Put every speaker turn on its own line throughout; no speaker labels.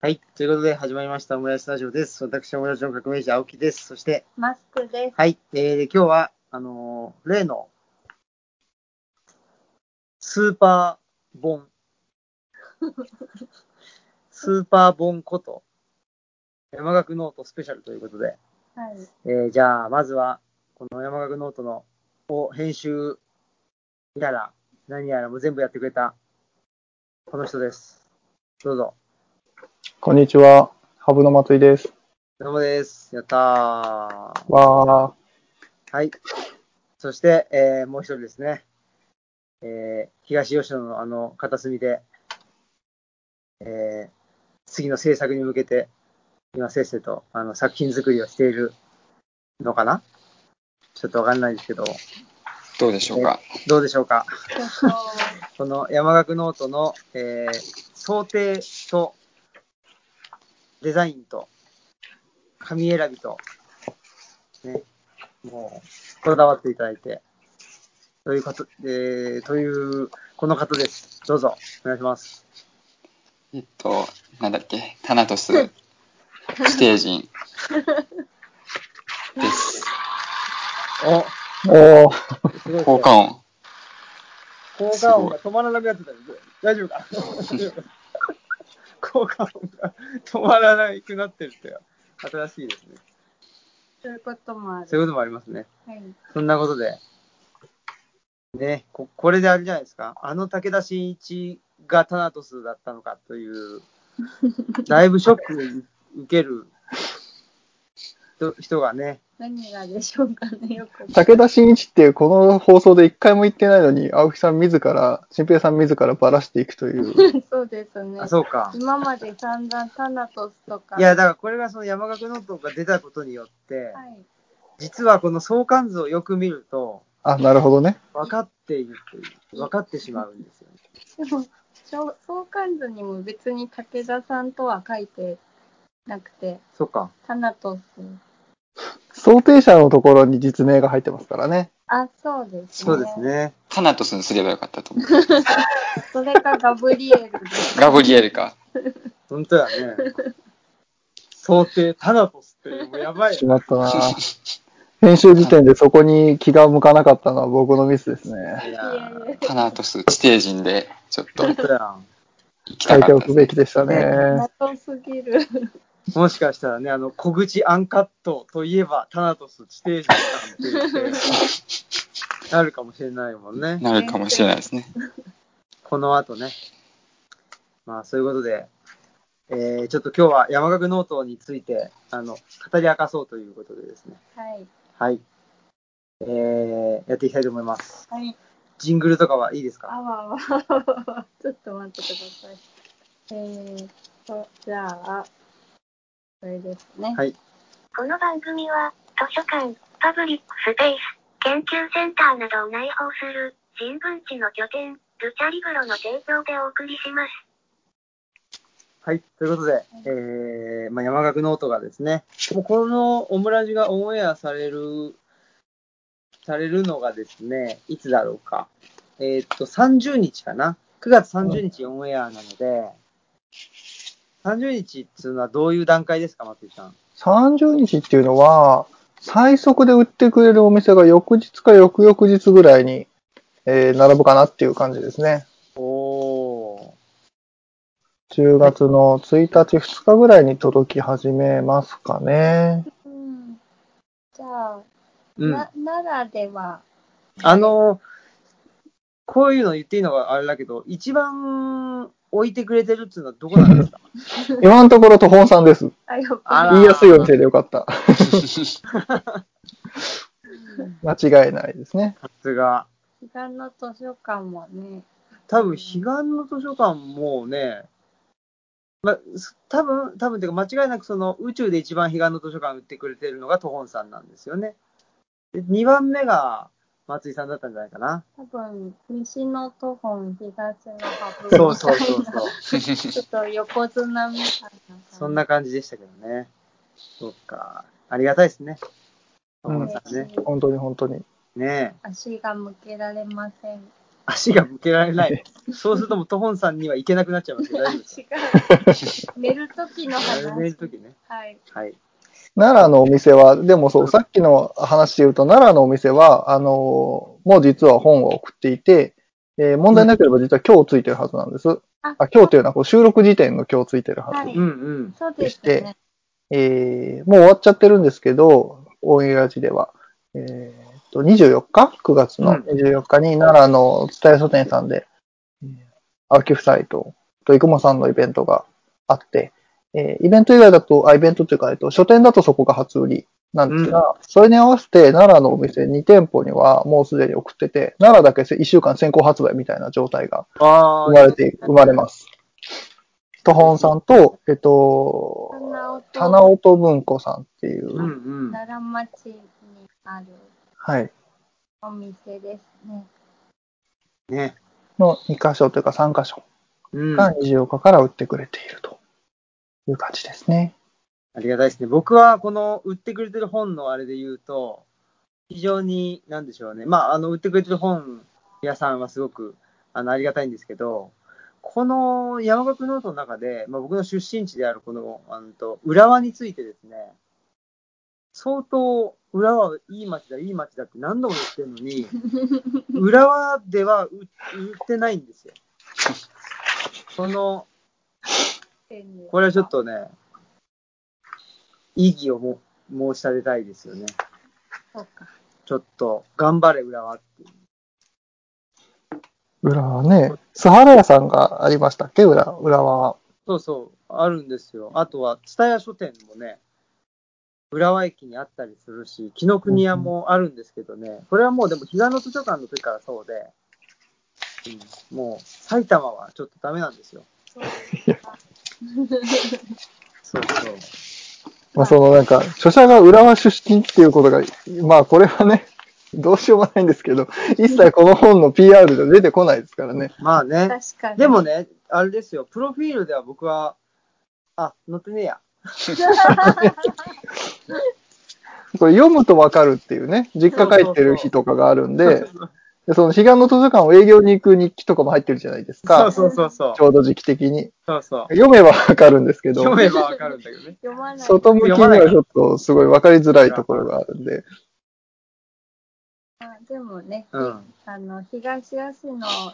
はい。ということで、始まりました、オムライスラジオです。私、オムライスの革命児、青木です。そして、
マスクです。
はい。えー、で今日は、あのー例の、スーパーボン。スーパーボンこと、山岳ノートスペシャルということで、
はい。
えーじゃあ、まずは、この山岳ノートの、を編集やら、何やらも全部やってくれた、この人です。どうぞ。
こんにちは。ハブの松井です。
どうもです。やったー。
わ
はい。そして、えーもう一人ですね。えー東吉野のあの片隅で、えー次の制作に向けて、今、せっせとあの作品作りをしているのかなちょっとわかんないですけど、
どうでしょうか。
どうでしょうか。
ちょっと
この山岳ノートの、えー想定とデザインと紙選びと、ね、もうこだわっていただいて、ということ、えーという、この方です。どうぞ、お願いします。
えっと、なんだっけ、タナトス、指定人です。
お、
ー。おー。
すごい。
効果音。
効果音が止まらなくなってたよ。大丈夫 か大丈夫か効果音が止まらなくなってるって、新しいですね。
そういうこともあ
そうい
る。
うこともありますね。
はい。
そんなことで。ね、ここれであれじゃないですか。あの武田真一がタナトスだったのかという、 だいぶショックを受ける人人がね、
何がでしょうかね、よく。
武田真一っていうこの放送で一回も言ってないのに、青木さん自ら、新平さん自らばらしていくと いう。
そうですね
あ、。そうか。
今まで散々タナトスとか。
いや、だからこれがその山岳ノートが出たことによって、
はい。
実はこの相関図をよく見ると、
あ、なるほどね。
分かっているという、分かってしまうんですよね。
でも、相相関図にも別に武田さんとは書いてなくて、
そうか。
タナトス。
想定者のところに実名が入ってますからね。
あ、そうですね。
そうです。ね。
タナトスにすればよかったと思う。
それかガブリエルです。
ガブリエルか。
本当やね。想定、タナトスって、もうやばいよ
し。ま ったな編集時点でそこに気が向かなかったのは僕のミスですね。
い
いやい
や
や
タナトス、指定人で、ちょっと
本、当やん。
行き
書
た
いて
か
お
った
く
です。
べきでしたね。
謎すぎる。
もしかしたらね、あの、小口アンカットといえば、タナトス地底人さんって言って、なるかもしれないもんね。
なるかもしれないですね。
この後ね。まあ、そういうことで、えー、ちょっと今日は山岳ノートについて、あの、語り明かそうということでですね。
はい。
はい。えー、やっていきたいと思います。
はい。
ジングルとかはいいです
あ
か
わあわあわあわあちょっと待ってください。えーっと、じゃあ、これですね。
はい。
この番組は、図書館、パブリックスペース、研究センターなどを内包する、人文地の拠点、ルチャリブロの提供でお送りします。
はい。ということで、えー、まあ、山岳ノートがですね、もうこのオムラジがオンエアされる、されるのがですね、いつだろうか。えーっと、30日かな。9月30日オンエアなので、30日っていうのはどういう段階ですか、松井さん。
30日っていうのは、最速で売ってくれるお店が翌日か翌々日ぐらいに、えー並ぶかなっていう感じですね。
おー。
10月の1日、2日ぐらいに届き始めますかね。
うん、じゃあ、
うん
な。奈良では、
あの、こういうの言っていいのがあれだけど、一番置いてくれてるっていうのはどこなんです か
今のところ、と本さんです。
あ、やっ
あ
ぱ
ら
言いやすいお店でよかった。間違いないですね。
さすが。
り、彼岸の図書館もね、
多分、彼岸の図書館もね、ま、す多分、多分っていうか、間違いなくその宇宙で一番彼岸の図書館売ってくれてるのがトホンさんなんですよね。で、2番目が松井さんだったんじゃないかな。
多分、西の都本、東のハブ
そうそうそうそう。
ちょっと横綱みたいな感じ。
そんな感じでしたけどね。そっか。ありがたいですね。ト
う
ホ
ん
ンさんね。
本当に本当に。
ねえ。
足が向けられません。
足が向けられない。そうするともう、トホンさんには行けなくなっちゃいますけど、大丈夫です
違う。寝る時の
か。やめる
話。
ときね。
はい。
はい。
奈良のお店は、でもそう、さっきの話で言うと、奈良のお店は、あのーもう実は本を送っていて、えー問題なければ実は今日ついてるはずなんです。
あ
あ今日というのはこう収録時点の今日ついてるはず。
はい
うんうん。
そうですね。
えーもう終わっちゃってるんですけど、応援ラジでは。えーと、24日 ?9 月の
うん
24日に奈良の伝え書店さんで、えー青木夫妻と、と、生駒さんのイベントがあって、えーイベント以外だと、あ、イベントというか、えっと、書店だとそこが初売りなんですが、それに合わせて奈良のお店2店舗にはもうすでに送ってて、奈良だけ1週間先行発売みたいな状態が
あ
生
あ
ま、れて、生まれます。トホンさんと、えっと、
棚
棚音文庫さんっていう、
うんうん。
奈良町にある
はい、
お店ですね。
ね。
の2箇所というか3箇所
うん。
が
あ
24日から売ってくれているという感じですね。
りがたいですね。僕は、この、売ってくれてる本のあれで言うと、非常に、なんでしょうね。まあ、あの、売ってくれてる本屋さんはすごく、あの、ありがたいんですけど、この山岳ノートの中で、まあ、僕の出身地であるこの、あのと、浦和についてですね、相当、浦和はいい街だ、いい街だって何度も言ってるのに、浦和では売売ってないんですよ。その、これはちょっとね、意義をも申し立てたいですよね。
そうか。
ちょっと、頑張れ、浦和っていう。
裏はね、須原屋さんがありましたっけ裏、裏は。
そうそう、あるんですよ。あとは、蔦屋書店もね、浦和駅にあったりするし、紀ノ国屋もあるんですけどね、これはもうでも、彼岸の図書館の時からそうで、うんもう、埼玉はちょっとダメなんですよ。
そうです
そ
か
うそう。
まあそのなんか、著者が浦和出身っていうことが、まあこれはね、 どうしようもないんですけど、一切この本の PR では出てこないですからね。
まあね。
確か に。
でもね、あれですよ、プロフィールでは僕は、あ、載ってねえや。
これ読むとわかるっていうね、実家帰ってる日とかがあるん で、でその彼岸の図書館を営業に行く日記とかも入ってるじゃないです
そう
か。
そうそうそう
ち。ょうど時期的に。
そうそう。
読めばわかるんですけど
読、めばわかるんだけどね。
読まない。
外向きにはちょっとすごいわかりづらいところがあるんで、
あでもね、
うん。
あの東吉野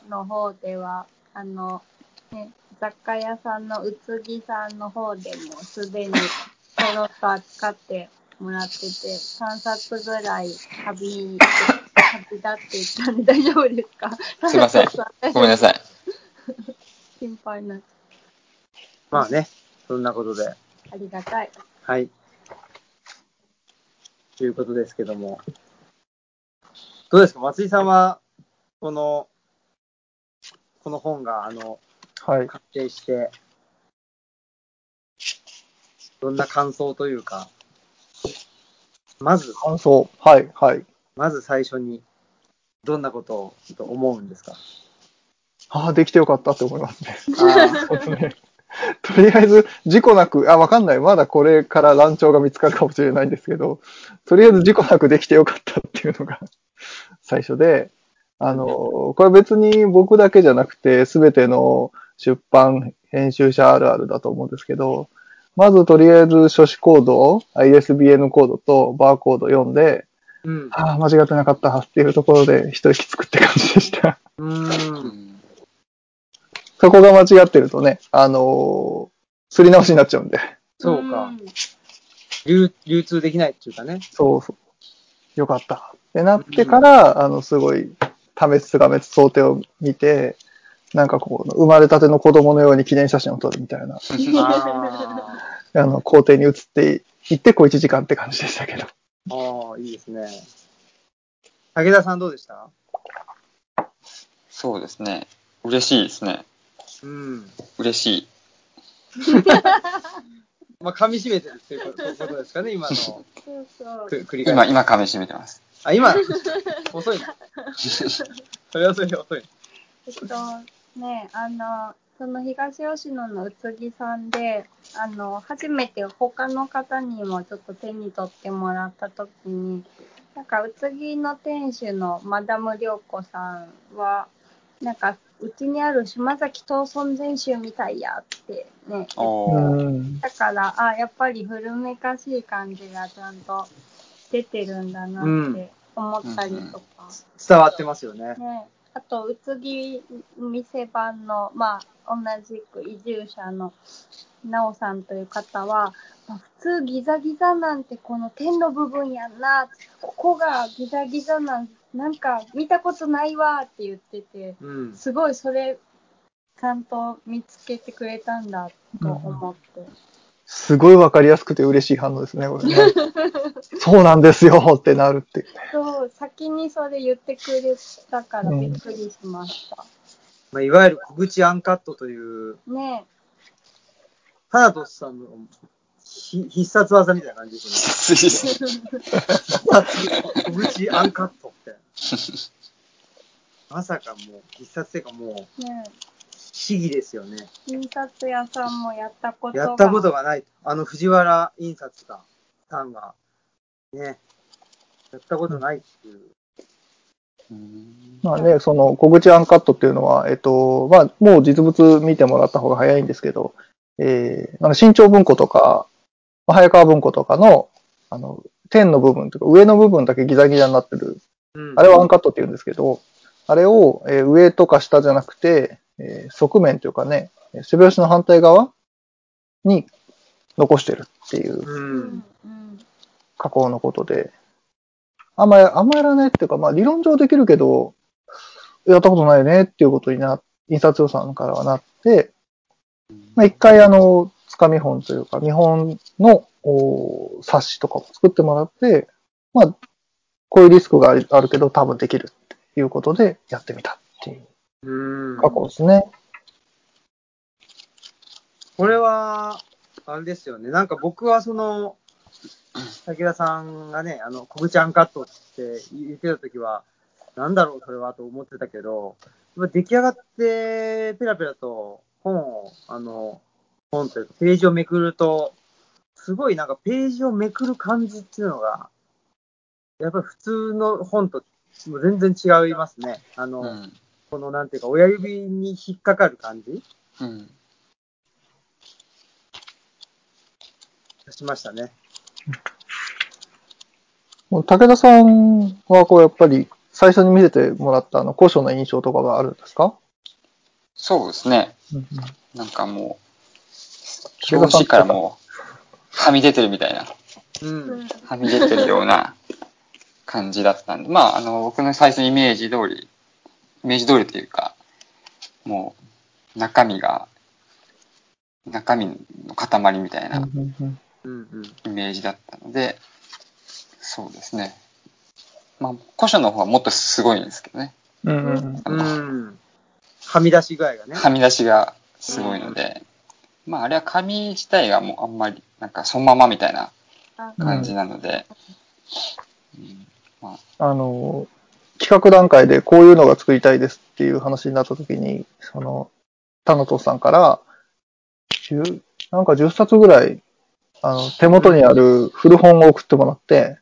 の方ではあの、ね、雑貨屋さんの宇津木さんの方でもすでにちょろっと扱ってもらってて3冊ぐらい旅旅立っていったんで大丈夫ですか
すいませんごめんなさ
い
い。
心配になっち
まあね、そんなことで。
ゃうありがたい
はい。ということですけども。どうですか松井さんは、この、この本が、あの、
はい。
確定して、どんな感想というか、まず、
感想。はい、はい。
まず最初に、どんなことをちょっと思うん ですか
ああ、できてよかったって思いますね。
あ
とりあえず、事故なく、あ、わかんない。まだこれから乱調が見つかるかもしれないんですけど、とりあえず事故なくできてよかったっていうのが 最初で、あの、これ別に僕だけじゃなくて、すべての出版編集者あるあるだと思うんですけど、まずとりあえず書子コードを ISBN コードとバーコード読んで、
うん。
ああ、間違ってなかったっていうところで一息つくって感じでした。
う
う
ーん。
ん
そこが間違ってるとね、あのー、すり直しになっちゃうんで。
そうか。流流通できないっていうか ね。
そうそう。よかった。ってなってから、あの、すごい、試すがめつ想定を見て、なんかこう、生まれたての子供のように記念写真を撮るみたいな、
あ
あの、工程に移っていって、こう1時間って感じでしたけ
ー
ど。
あー、いいですね。武田さんどうでした
そうですね。嬉しいですね。
うん。
嬉しい。
まあ、噛み締めてるっていうことことですかね、今の
そうそう
く繰り返し。
今、今噛み締めてます。
あ、今、遅いな。 それはそれで遅い。
えっとね、あの、その東吉野の宇津木さんで、あの、初めて他の方にもちょっと手に取ってもらった時に、なんか宇津木の店主のマダム良子さんは、なんか、うちにある島崎藤村全集みたいやってね、
おー
うん。
だから、あやっぱり古めかしい感じがちゃんと出てるんだな
う
っ
ん
て思ったりとか、
伝わってますよね。
ね、あと、宇津木店番の、まあ、同じく移住者のなおさんという方は、まあ普通ギザギザなんてこの点の部分やんな、ここがギザギザなん、なんか見たことないわって言ってて、
うん。
すごいそれ、ちゃんと見つけてくれたんだと思って。
すごいわかりやすくて嬉しい反応ですね、 これね。そうなんですよってなるっていうね。
そう、先にそれ言ってくれたからびっくりしました。
まあ、いわゆる小口アンカットという、
ね
タナトスさんのひ必殺技みたいな感じですね。小口アンカットって。まさかもう、必殺っていうかもう、
え、ねえ、
市議ですよね。
印刷屋さんもやったことが。
やったことがない。あの藤原印刷が、さんが、ね、やったことないっていう。
うん
まあね、その、小口アンカットっていうのは、えっと、まあ、もう実物見てもらった方が早いんですけど、えー、なんか新潮文庫とか、まあ早川文庫とかの、あの、点の部分というか、上の部分だけギザギザになってる
うん、
あれはアンカットって言うんですけど、あれを、えー上とか下じゃなくて、えー側面というかね、えー背拍子の反対側に残してるっていう
う
うんん。。うん。
加工のことで、あんまり、あんまやらないっていうか、まあ理論上できるけど、やったことないねっていうことにな、印刷予算からはなって、まあ一回あの、つかみ本というか、見本のおー冊子とかを作ってもらって、まあ、こういうリスクがありあるけど多分できるっていうことでやってみたっていう
うん。
過去ですね。
これは、あれですよね。なんか僕はその、武田さんがね、あの、コブちゃんカットって言ってた時は、なんだろう、それはと思ってたけど、やっぱ出来上がって、ペラペラと本を、あの、本というか、ページをめくると、すごいなんかページをめくる感じっていうのが、やっぱり普通の本ともう全然違いますね。あの、
うん
このなんていうか、親指に引っかかる感じ
うん
がしましたね。
もう武田さんはこうやっぱり最初に見せてもらったあの古書の印象とかがあるんですか、
そうですね。
うんうん、
なんかもう、
武田
表
さん
紙からも う、はみ出てるみたいな、
うん
うん。
はみ出てるような感じだったんで、まあ、あの、僕の最初イメージ通り、イメージ通りというか、もう、中身が、中身の塊みたいな
うんうん
うんうん
イメージだったので、そうですね。まあ、古書の方はもっとすごいんですけどね。
うんうんうん
あ
う
の
ん。はみ出し具合がね。
はみ出しがすごいので、まあ、あれは紙自体がもうあんまり、なんかそのままみたいな
あ
感じなので、うん
あの、企画段階でこういうのが作りたいですっていう話になった時に、その、田野とさんから、10なんか10冊ぐらい、あの、手元にある古本を送ってもらって、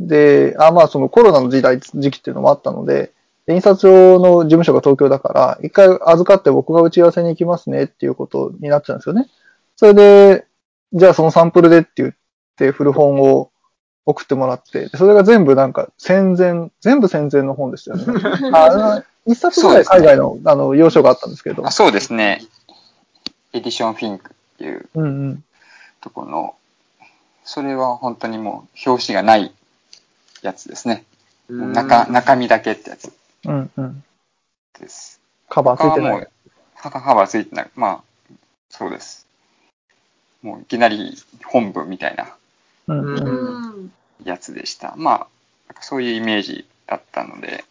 で、あ、まあそのコロナの時代、時期っていうのもあったので、で印刷用の事務所が東京だから、一回預かって僕が打ち合わせに行きますねっていうことになっちゃうんですよね。それで、じゃあそのサンプルでって言って古本を送ってもらって、それが全部なんか戦前、全部戦前の本でしたよね。あの一冊ぐらい海外の,、あの要所があったんですけど
あ、。そうですね。エディションフィンクっていう
うんうん。
ところの、それは本当にもう表紙がないやつですね。
う
もうん中、中身だけってやつ
うんうん。
です。
カバーつ
他
い
は
てな
も
い。
う、母はついてない。まあ、そうです。もういきなり本部みたいな
うんう。
うんん。
やつでした。まあ、そういうイメージだったので、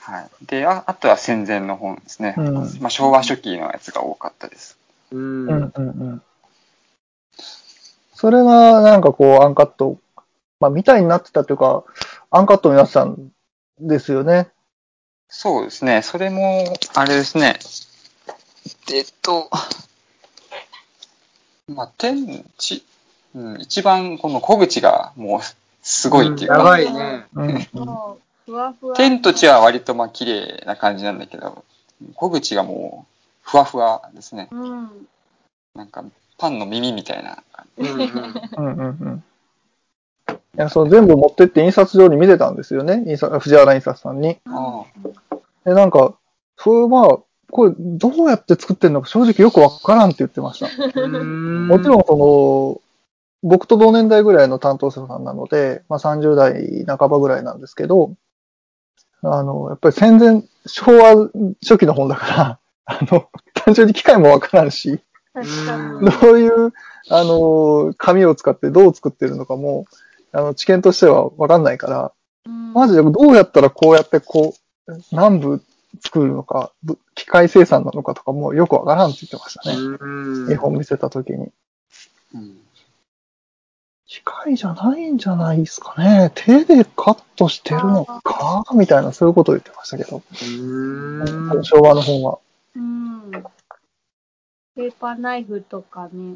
はい。で、ああとは戦前の本ですね。
うん
まあ、昭和初期のやつが多かったです。
うん
うんうんうん。それはなんかこう、アンカット、まあ、みたいになってたというか、アンカットになってたんですよね。
そうですね。それも、あれですね。えっと、まあ、天地、うん、一番この小口がもうすごいっていうか、
長いね。
うんうん
そう、ふわふわ。
天と地は割とまあ綺麗な感じなんだけど、小口がもうふわふわですね。
うん。
なんかパンの耳みたいな感
うんうん
うんうんうん。いや、その全部持ってって印刷所に見せたんですよね。印刷、藤原印刷さんに。
あ
で、なんか、そう、まあ、これどうやって作ってるのか正直よくわからんって言ってました。
うん
もちろん、その、僕と同年代ぐらいの担当者さんなので、まあ30代半ばぐらいなんですけど、あの、やっぱり戦前、昭和初期の本だから、 あの、単純に機械もわからんし、
確か
う
に。
ん
どういう、あの、紙を使ってどう作ってるのかも、あの、知見としてはわかんないから、マジでどうやったらこうやってこう、何部作るのか、ぶ機械生産なのかとかもよくわからんって言ってましたね。
うん
絵本見せた時に。
あうん
機械じゃないんじゃないですかね。手でカットしてるのかみたいな、そういうことを言ってましたけど。
うん
昭和の本は。
うん。ペーパーナイフとかね。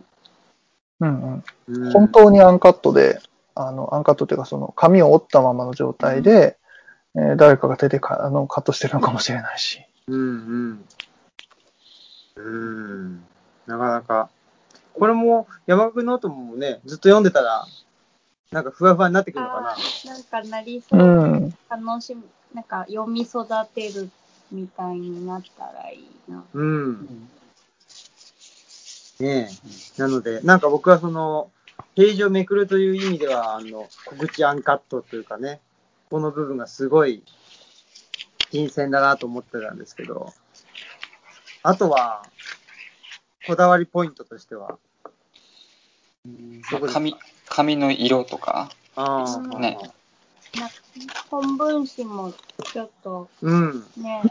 うんうん。本当にアンカットで、あの、アンカットというか、その、紙を折ったままの状態で、えー誰かが手でかあのカットしてるのかもしれないし。
うんうん。うん。なかなか。これも山岳ノートもね、ずっと読んでたら、なんかふわふわになってくるのかな
あ。あ、なんかなりそうう。
ん。
楽しみ、なんか読み育てるみたいになったらいいな。
うん。ねえ。なので、なんか僕はその、ページをめくるという意味では、あの、告知アンカットというかね、この部分がすごい、新鮮だなと思ってたんですけど、あとは、こだわりポイントとしては、
うん髪髪の色とか、
あ
ー
ね
なんか本文紙もちょっと
うん。
ね、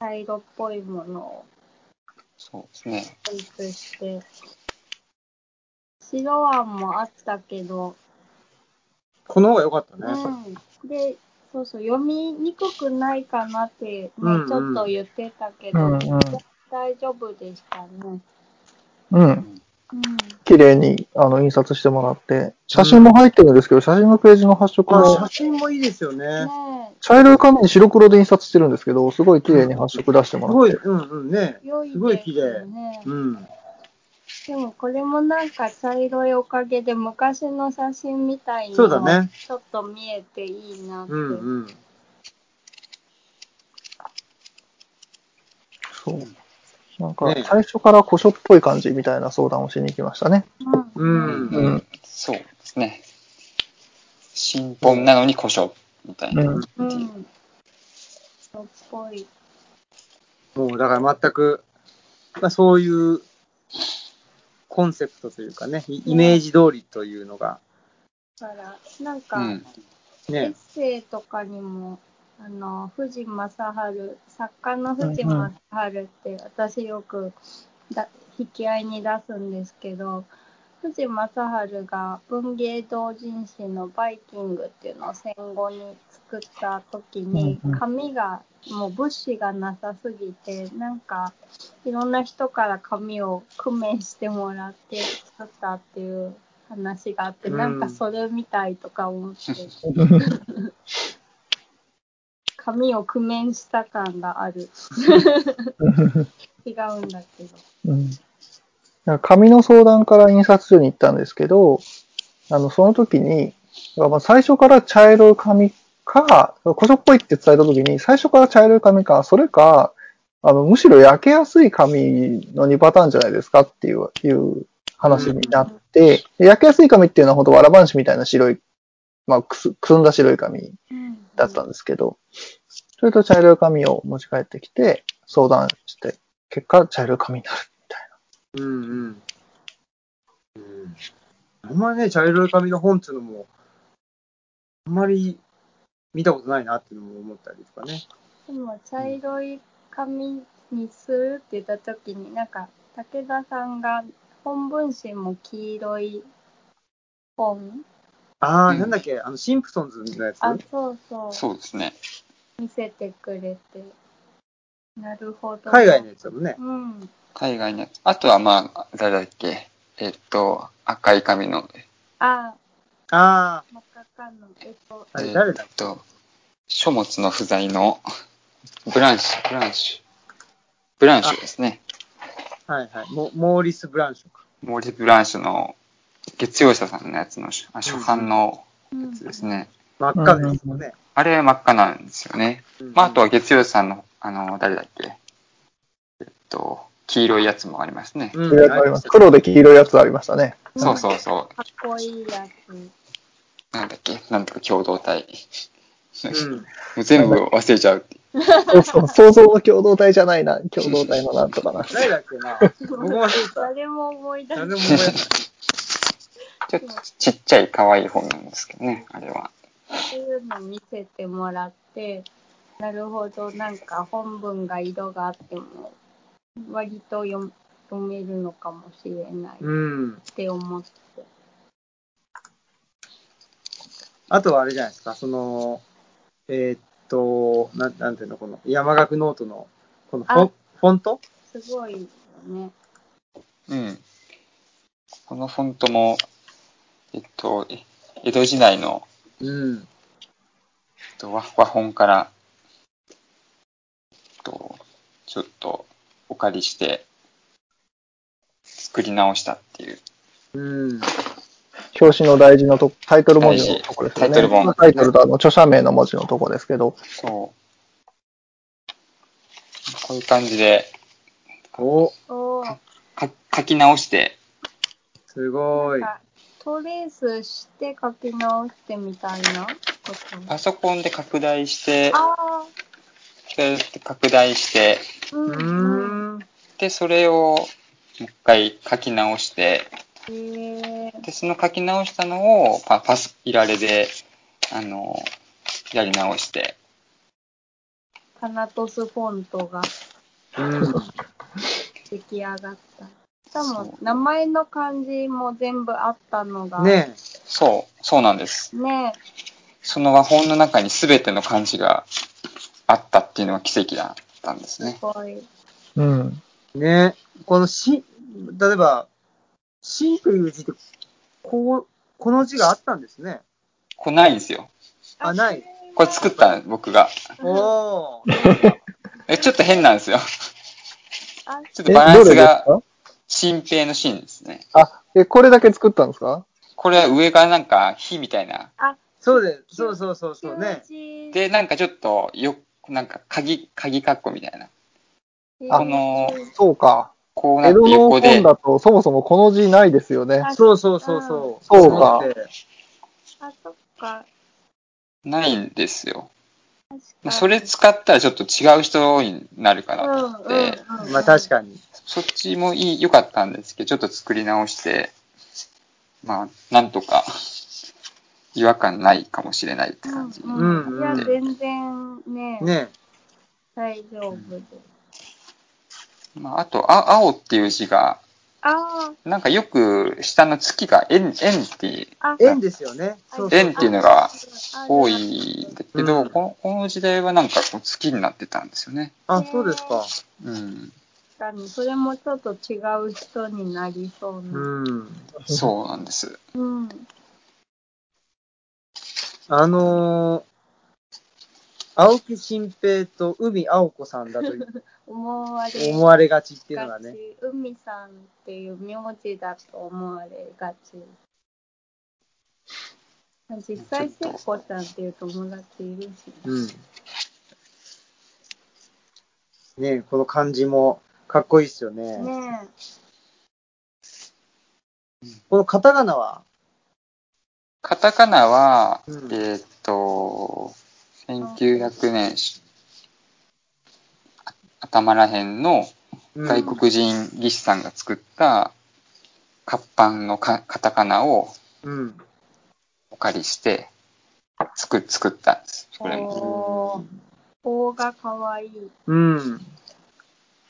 茶色っぽいものを
そうですね。
追求して。白あんもあったけど、
この方が良かったね。
うん。で、そうそう、読みにくくないかなって、ね
うんうん
ちょっと言ってたけ
う
ど、
んうん。
大丈夫でしたね。
う
う
ん。
ん。
綺麗に、あの、印刷してもらって、写真も入ってるんですけど、写真のページの発色
まあ、
も
写、真もいいですよね。
ね
茶色い紙に白黒で印刷してるんですけど、すごい綺麗に発色出して
す
も
ご
らっ
い、
て。
うんうんね
え、。良い
すごい
です
綺
よ
麗。
ね。
うん。
でもこれもなんか茶色いおかげで昔の写真みたいに
そうだね
ちょっと見えていいなって。
うんうん。
そう。なんか
ね、
最初から古書っぽい感じみたいな相談をしに行きましたね。
う
うんん。
うん。
そうですね。新本なのに故障みたいな。
うん
うん。そっぽい。
もうだから全く、まあ、そういうコンセプトというかね、イイメージ通りというのが、
だから、なん
う
か、
ん。
エッ
ね、
セイとかにも、あの、藤正治、作家の藤正治って、私よくだ引き合いに出すんですけど、藤正治が文芸同人誌のバイキングっていうのを戦後に作った時に
うんうん、
紙が、もう物資がなさすぎて、なんか、いろんな人から紙を工面してもらって作ったっていう話があって、
うん
なんかそれみたいとか思って。髪を工面した感がある。違うんだけど。
うん。なんか紙の相談から印刷所に行ったんですけど、あの、その時に、まあ最初から茶色い紙か、古書っぽいって伝えた時に、最初から茶色い紙か、それか、あの、むしろ焼けやすい紙の2パターンじゃないですかっていう、いう話になって、で焼けやすい紙っていうのは本当わらばんしみたいな白い、まあくす、くすんだ白い紙だったんですけど、それと茶色い紙を持ち帰ってきて、相談して、結果茶色い紙になるみたいな。
うんうん。うん、あんまりね、茶色い紙の本っていうのも、あんまり見たことないなっていうのも思ったりとかね。
でも茶色い髪にするって言った時に、なんか武田さんが本文紙も黄色い本
ああ、
うん
なんだっけ、あの、シンプソンズのやつ
あ、そうそう。
そうですね。
見せてくれて。なるほど。
海外のやつだもんね。
うん。
海外に。あとはまあ、誰だっけ。えっと、赤い髪の、
あ、
あ
真っ赤かの。えっと、
あ、あれ
え
誰
ー
だ
っと、書物の不在のブランシュ、ブランシュ。ブランシュですね。
はいはい。モモーリス・ブランショか。
モーリス・ブランシュの月曜社さんのやつの初あ初版の
うん
やつですね。
真っ赤ですよね。
あれ真っ赤なんですよね。
うん
まあ、あとは月曜さんの、あの、誰だっけ。えっと、黄色いやつもありますね。
うん
黄色いやつありました黒で黄色いやつありましたね。
そうそうそ
かっこいいやつ。
う。なんだっけ。なんとか共同体。
うん。
もう 全部忘れちゃう。
そうそう、想像の共同体じゃないな、共同体のなんとかな。
誰だっけな。僕も忘れてた。
誰も思い出せ
誰
な
も
い。
覚えてない。
ちょっとちっちゃい可愛い本なんですけどね、あれは。
そういうの見せてもらって、なるほど、なんか本文が色があっても、割と読読めるのかもしれないっ
うん。
て思って。
あとはあれじゃないですか、その、えーっと、なんなんていうの、この山岳ノートの、このフォンフォント
すごいよね。
うん。このフォントも、えっと、え江戸時代の、
うん。
えっと、和和本から、えっと、ちょっとお借りして、作り直したっていう。
うん。
表紙の大事なとこ、タイトル文字のとこですよね。
大事タイトル文字
タイトルとあの著者名の文字のとこですけど、
そう。こういう感じで、
お、
おー
か書き直して、
すごい。
なんかトレースして書き直してみたいなこと。
パソコンで拡大して、
あ
そうやって拡大して、
ーう、
うん
うん。
ーん。
で、それをもう一回書き直して、
へえ。
で、その書き直したのをパパスイラレで、あの、やり直して、
タナトスフォントが
うん。
出来上がった。しかも、名前の漢字も全部あったのが。
ね
そう、そうなんです。
ね
その和本の中に全ての漢字があったっていうのが奇跡だったんです
え、す
ね。
ごい。
うん。
え、ねえ。このし、例えば、しんという字って、こう、この字があったんですね。
これないんですよ。
あ、ない。
これ作ったの僕が。
おー。
え、ちょっと変なんですよ。
あ
ち
え、
ょっとバラン
ど
ス
れです
が、
か
新平のシーンですね。
あ、え、これだけ作ったんですか
これは上がなんか火みたいな。
そうで、そうそうそうそうね。
ね
で、なんかちょっとよ、なんか鍵、鍵括弧みたいな。
こ
の
そうか。
こうなっ
江
て
戸の
横で
本、だとそもそもこの字ないですよね。
そうそうそうそう。
そうか
あ、そっか。
ないんですよ。
確
ま
か
あそれ使ったらちょっと違う人になるかなと思って、
うんうんうん、
まあ確かに。
そっちもいい、良かったんですけど、ちょっと作り直して、まあ、なんとか、違和感ないかもしれないって感じ。
うん
うんうん
いや、全然ね、
ね
大丈夫です。
まあ、あと、あ、青っていう字が、
あ
なんかよく下の月が円、円って、
あ、あ
え。縁ですよね。そうそう
円っていうのが多
ある
いんだけど、
うん
このこの時代はなんかこう月になってたんですよね。
あ、そうですか。
うん。
ある確かに、それもちょっと違う人になりそうな。
うん。
そうなんです。
うん。
あのー、青木新平と海青子さんだと
思われ
思われがちっていうの
が
がね。
ち、海さんっていう名字だと思われがち。実際、
ちょっと
聖子さんっていう友達いるし、
うん。ねえこの感じもかっこいいっすよね。
ねえ。
このカタカナは、
カタカナは、
うん
えーっと、1900年しあ頭らへんの
うん
外国人技師さんが作った活版のかカタカナを
うん。
お借りして作作ったんです。これも。
おー棒が可愛い。ね
うん。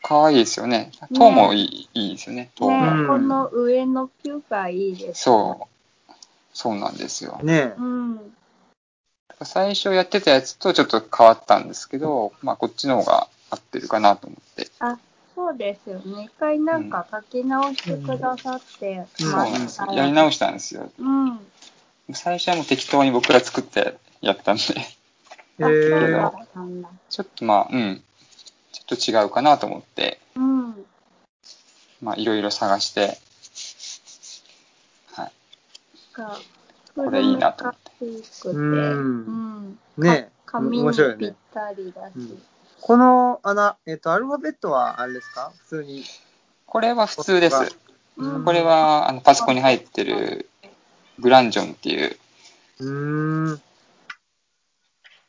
かわいいですよね。塔もいい,、いいですよね。塔
こ
が。
うん
の上のピュがいいです。
そう。そうなんですよ。
ね
うん。
最初やってたやつとちょっと変わったんですけど、まあこっちの方が合ってるかなと思って。
そうですよね。一回なんか書き直してくださって。
うん
そう
まあ
なんですよ。やり直したんですよ。
うん。
最初はもう適当に僕ら作ってやったんで、
へえ。
あそうなんだ。
ちょっとまあ、うん、ちょっと違うかなと思って、
うん。
まあ、いろいろ探して、はい、
か。
これいいなと思って
う
うん
ん。
ねえ、
紙に
面白いよ
ぴっ
ね。
たりだし。
うんこの穴、えっと、アルファベットはあれですか普通に。
これは普通で
うん
す。
うん
これは、あの、パソコンに入ってる、グランジョンっていう、
うーん。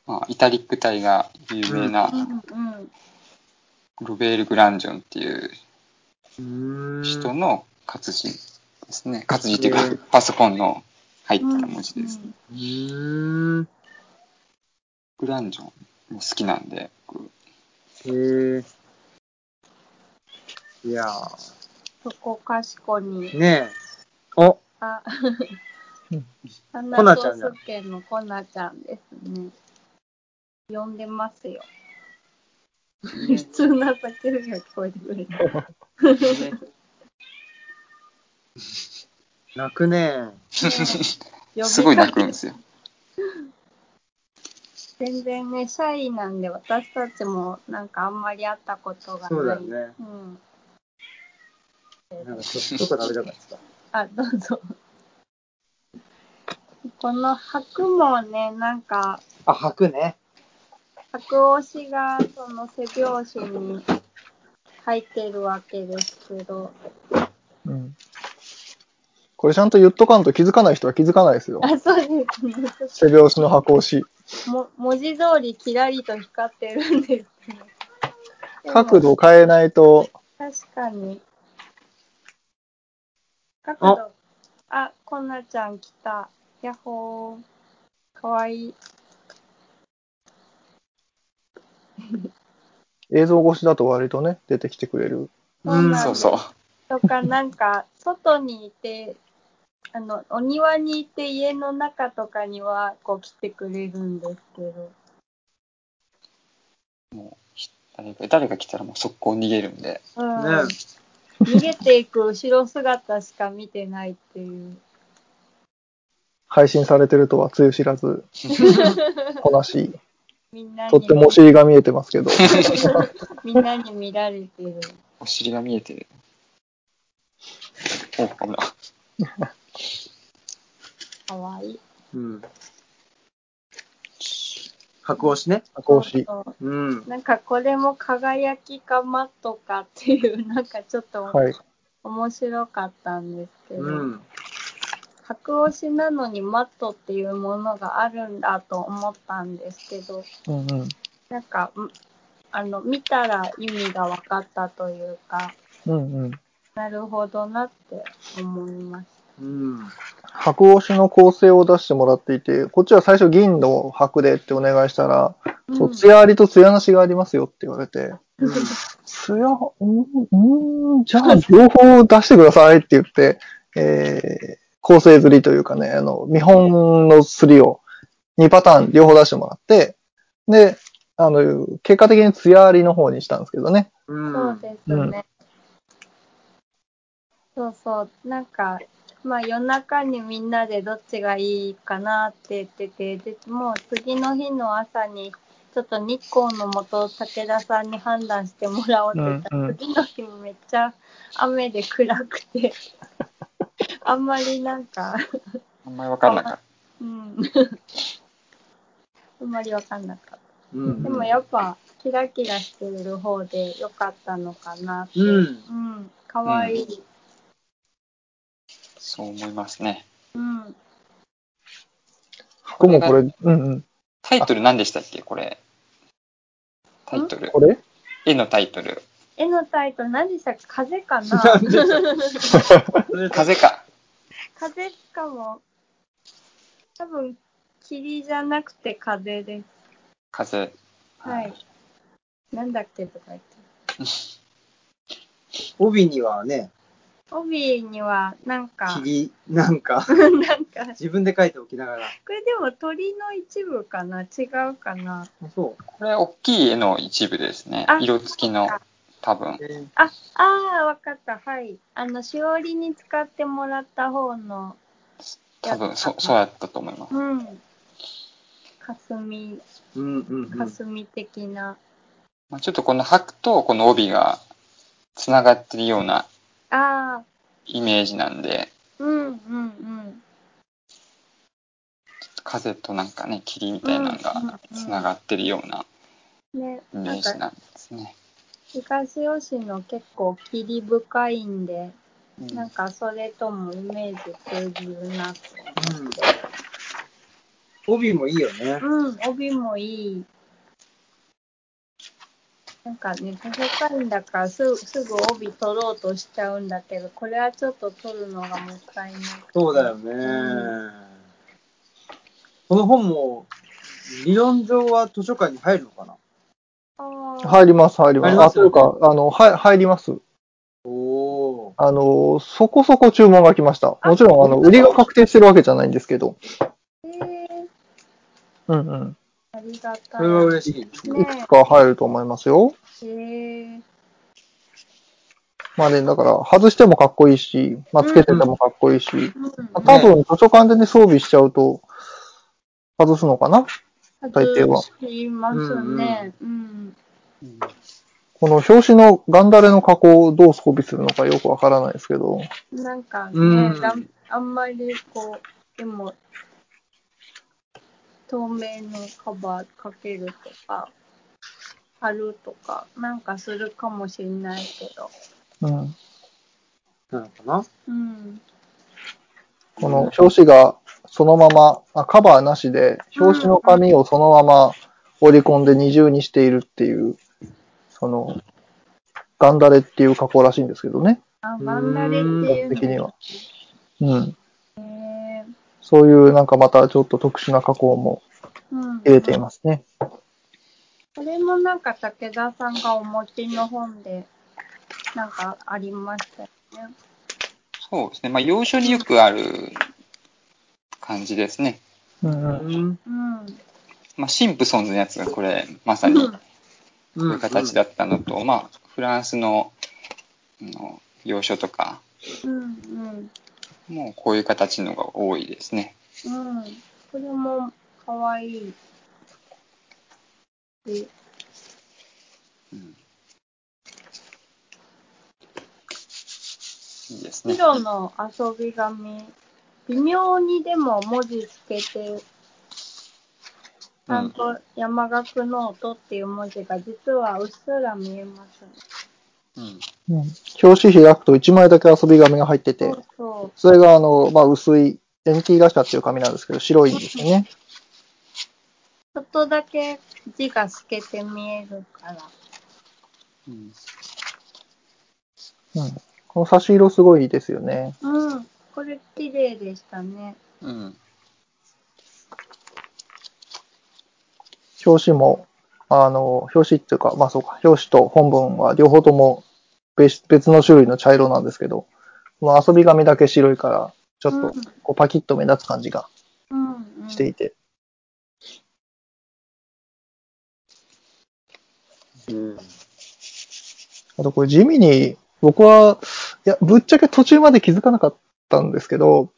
まあ、イタリック体が有名
う
なん
うん。
ロベール・グランジョンっていう
うーん。
人の活字ですね。活字っていう
へえ
か、パソコンの入った文字です。
うん
うーん。
グランジョンも好きなんで、僕
へえ。いや
そこかしこに。
ー。ねえ。お、
あ
うん、
コ
あん
ナ
な
ちゃんじゃん
長介のコナちゃんですね。呼んでますよ。普通な叫びが聞こえてくる。
泣くね
すごい泣く
呼びかけ
んですよ。
全然ね、シャイなんで、私たちもなんかあんまり会ったことがない。
そうだよね。
うん。
なんか、ちょっと食べたかった。
あ、どうぞ。この白もね、なんか、
あ、吐くね。
白押しがその背拍子に入ってるわけですけど、
うん。これちゃんと言っとかんと気づかない人は気づかないですよ。
あ、そうですね。
背拍子の箱押し。
も文字通りキラリと光ってるんですけど。
角
で
度
も
を変えないと、
確かに。角度。あ、こんなちゃん来た。やっほー。かわいい。
映像越しだと割とね、出てきてくれる。
うん
な
そうそう。
とか、なんか、外にいて、あの、お庭にいて、家の中とかには、こう来てくれるんですけど。
もうひ誰か誰か来たらもう速攻逃げるんで、
うん。
ね
逃げていく後ろ姿しか見てないっていう。
配信されてるとはつゆ知らず、こなしい。
みんなに、
とってもお尻が見えてますけど。
みんなに見られてる。
お尻が見えてる。お危ない
かわいい。
うん。白押しね。
箱押し。
そうそう
うん。
なんかこれも輝きかマットかっていう、なんかちょっと
はい。
面白かったんですけど、
うん。
白押しなのにマットっていうものがあるんだと思ったんですけど、
うんうん。
なんか、んあの、見たら意味が分かったというか、
うんうん。
なるほどなって思いまし
うん。
白押しの構成を出してもらっていて、こっちは最初銀の白でってお願いしたら、
た。
そう、
ん
艶ありと艶なしがありますよって言われて、艶、うん、うん、じゃあ両方出してくださいって言って、えー、構成刷りというかね、あの、見本の刷りを2パターン両方出してもらって、で、あの、結果的に艶ありの方にしたんですけどね。
うん。
そうですね。そうそう。なんか、まあ夜中にみんなでどっちがいいかなって言ってて、でもう次の日の朝に、ちょっと日光のもと武田さんに判断してもらおうって言ったら、
うんうん
次の日めっちゃ雨で暗くて、 あんまりなんか、
あんまり分かんなかっ
うん。あんまりわかんなかった。
うん。
でもやっぱキラキラしてる方で良かったのかなって。
うん。
うん、かわいい。
た。そう思いますね。
うん。
箱もこれ、うんうん。
タイトル何でしたっけこれ。タイトル
こ。れ
絵のタイトル。
絵のタイトル何でしたっけ風か な
それ
風か。
風かも。多分、霧じゃなくて風です。
風。
はい。。なんだっけとか言って。
帯にはね、
帯には、なんか、
霧、なん か、
なんか、
自分で書いておきながら。
これでも鳥の一部かな違うかな
そ
これ、大きい絵の一部ですね
あ。
色付きの、多分
う。。え
あ、ああ、わかった。はい。あの、しおりに使ってもらった方の、
多分、そそうやったと思います。
うん。かすみ
うんうんうん。
霞的な。
まあ、ちょっとこの白とこの帯がつながってるような
ああ、
イメージなんで、
うんうんうん。
風となんかね、霧みたいなのがつながってるような
ね、
イメ
な
ー
んか
ジなんですね。
東吉野結構霧深いんで、
うん
なんかそれともイメージ通じるなと。
うん帯もいいよね。
うん、帯もいい。なんかね、高いんだからすすぐ帯取ろうとしちゃうんだけど、これはちょっと取るのがもったいない。
そうだよね。この本も、理論上は図書館に入るのかな
は
入ります、入りま
入
す。
りま
あ、
す
というか、あの、はい、入ります。
おー。
あの、そこそこ注文が来ました。もちろん、あの、売りが確定してるわけじゃないんですけど。
い。えー、
うんうん。
ありがたい。
それは嬉しい。
いくつか入ると思いますよ。
えー、
まあね、だから、外してもかっこいいし、まあ、つけててもかっこいいし、
うん、
まあ多分、図書館でね、装備しちゃうと、外すのかな大抵は
外しますね。うん、
うん
この表紙のガンダレの加工をどう装備するのかよくわからないですけど、
なんかね、
うん
だんあんまりこう、でも、透明のカバーかけるとか、貼るとか、なんかするかもしれないけど。
うん、
なのかな
うん。
この表紙がそのままあ、カバーなしで、表紙の紙をそのまま折り込んで二重にしているっていう、その、ガンダレっていう加工らしいんですけどね、
あ、バンダレっていう
的に
の。
は。うん。
えー
そういうなんかまたちょっと特殊な加工も
うん、
入れていますね。
これもなんか武田さんがお持ちの本で、なんかありましたよね。
そうですね。まあ、要所によくある感じですね。
うんうん。
ん。
うん。
まあ、シンプソンズのやつがこれ、まさにこ
う
ういう形だったのと、まあ、フランスの、あの、要所とか、
うんうん。
もうこういう形のが多いですね。
うん。これもかわいい。で、
うんいいですね。
白の遊び紙、微妙にでも文字つけて、ちゃんと山岳ノートっていう文字が実はうっすら見えますね。
うん。
うん表紙開くと1枚だけ遊び紙が入ってて、
そうそ
それがあの、まあ、薄い、エンティガシャっていう紙なんですけど、白いんですよね。
う。ちょっとだけ字が透けて見えるから。
うん
うん。この差し色すごいですよね。
うん。これ綺麗でしたね。
うん。
表紙も、あの、表紙っていうか、まあそうか、表紙と本文は両方とも別別の種類の茶色なんですけど、この遊び紙だけ白いから、ちょっ
うん
とこうパキッと目立つ感じが
うん、うん。
していて、
うん。
あとこれ地味に、僕は、いや、ぶっちゃけ途中まで気づかなかったんですけど、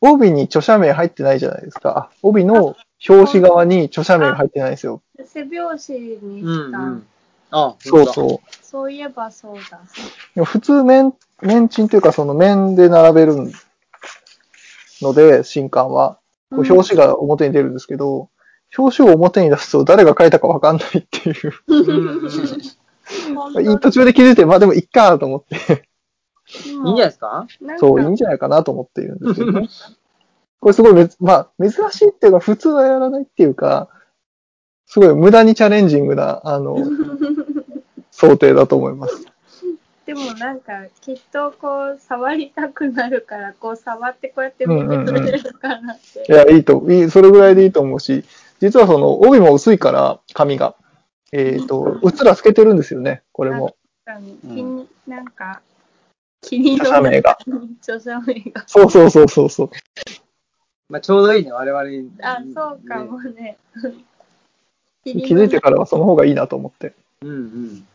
帯に著者名入ってないじゃないですか。帯の表紙側に著者名が入ってないんですよ。
背拍子に
う
した、
ん。あ、
そうそう。
そういえばそうだ。
でも普通面、面賃というかその面で並べるので、新刊は。こう表紙が表に出るんですけど、表紙を表に出すと誰が書いたかわかんないっていう。
う。うんうんい
本当に
途中で 気づいて、まあでもいっかと思って、
いんじゃないですか
なんか
そう、いいんじゃないかなと思っているんですけど ね。これすごいめず、まあ珍しいっていうか普通はやらないっていうか、すごい無駄にチャレンジングな、あ の、想定だと思います。
でもなんかきっとこう触りたくなるからこう触ってこうやって見てくれるかなって。
いや、いいと、いい、それぐらいでいいと思うし、実はその、帯も薄いから、紙が。えっ、と、うっすら透けてるんですよね、これも。
確かに
うん
気に、なんか気に
社名が。
著者名が。
そうそうそうそうそう。
まあ、ちょうどいいね、我々に。
あ、そうかもね。気
気づいてからはその方がいいなと思って。
うんうん。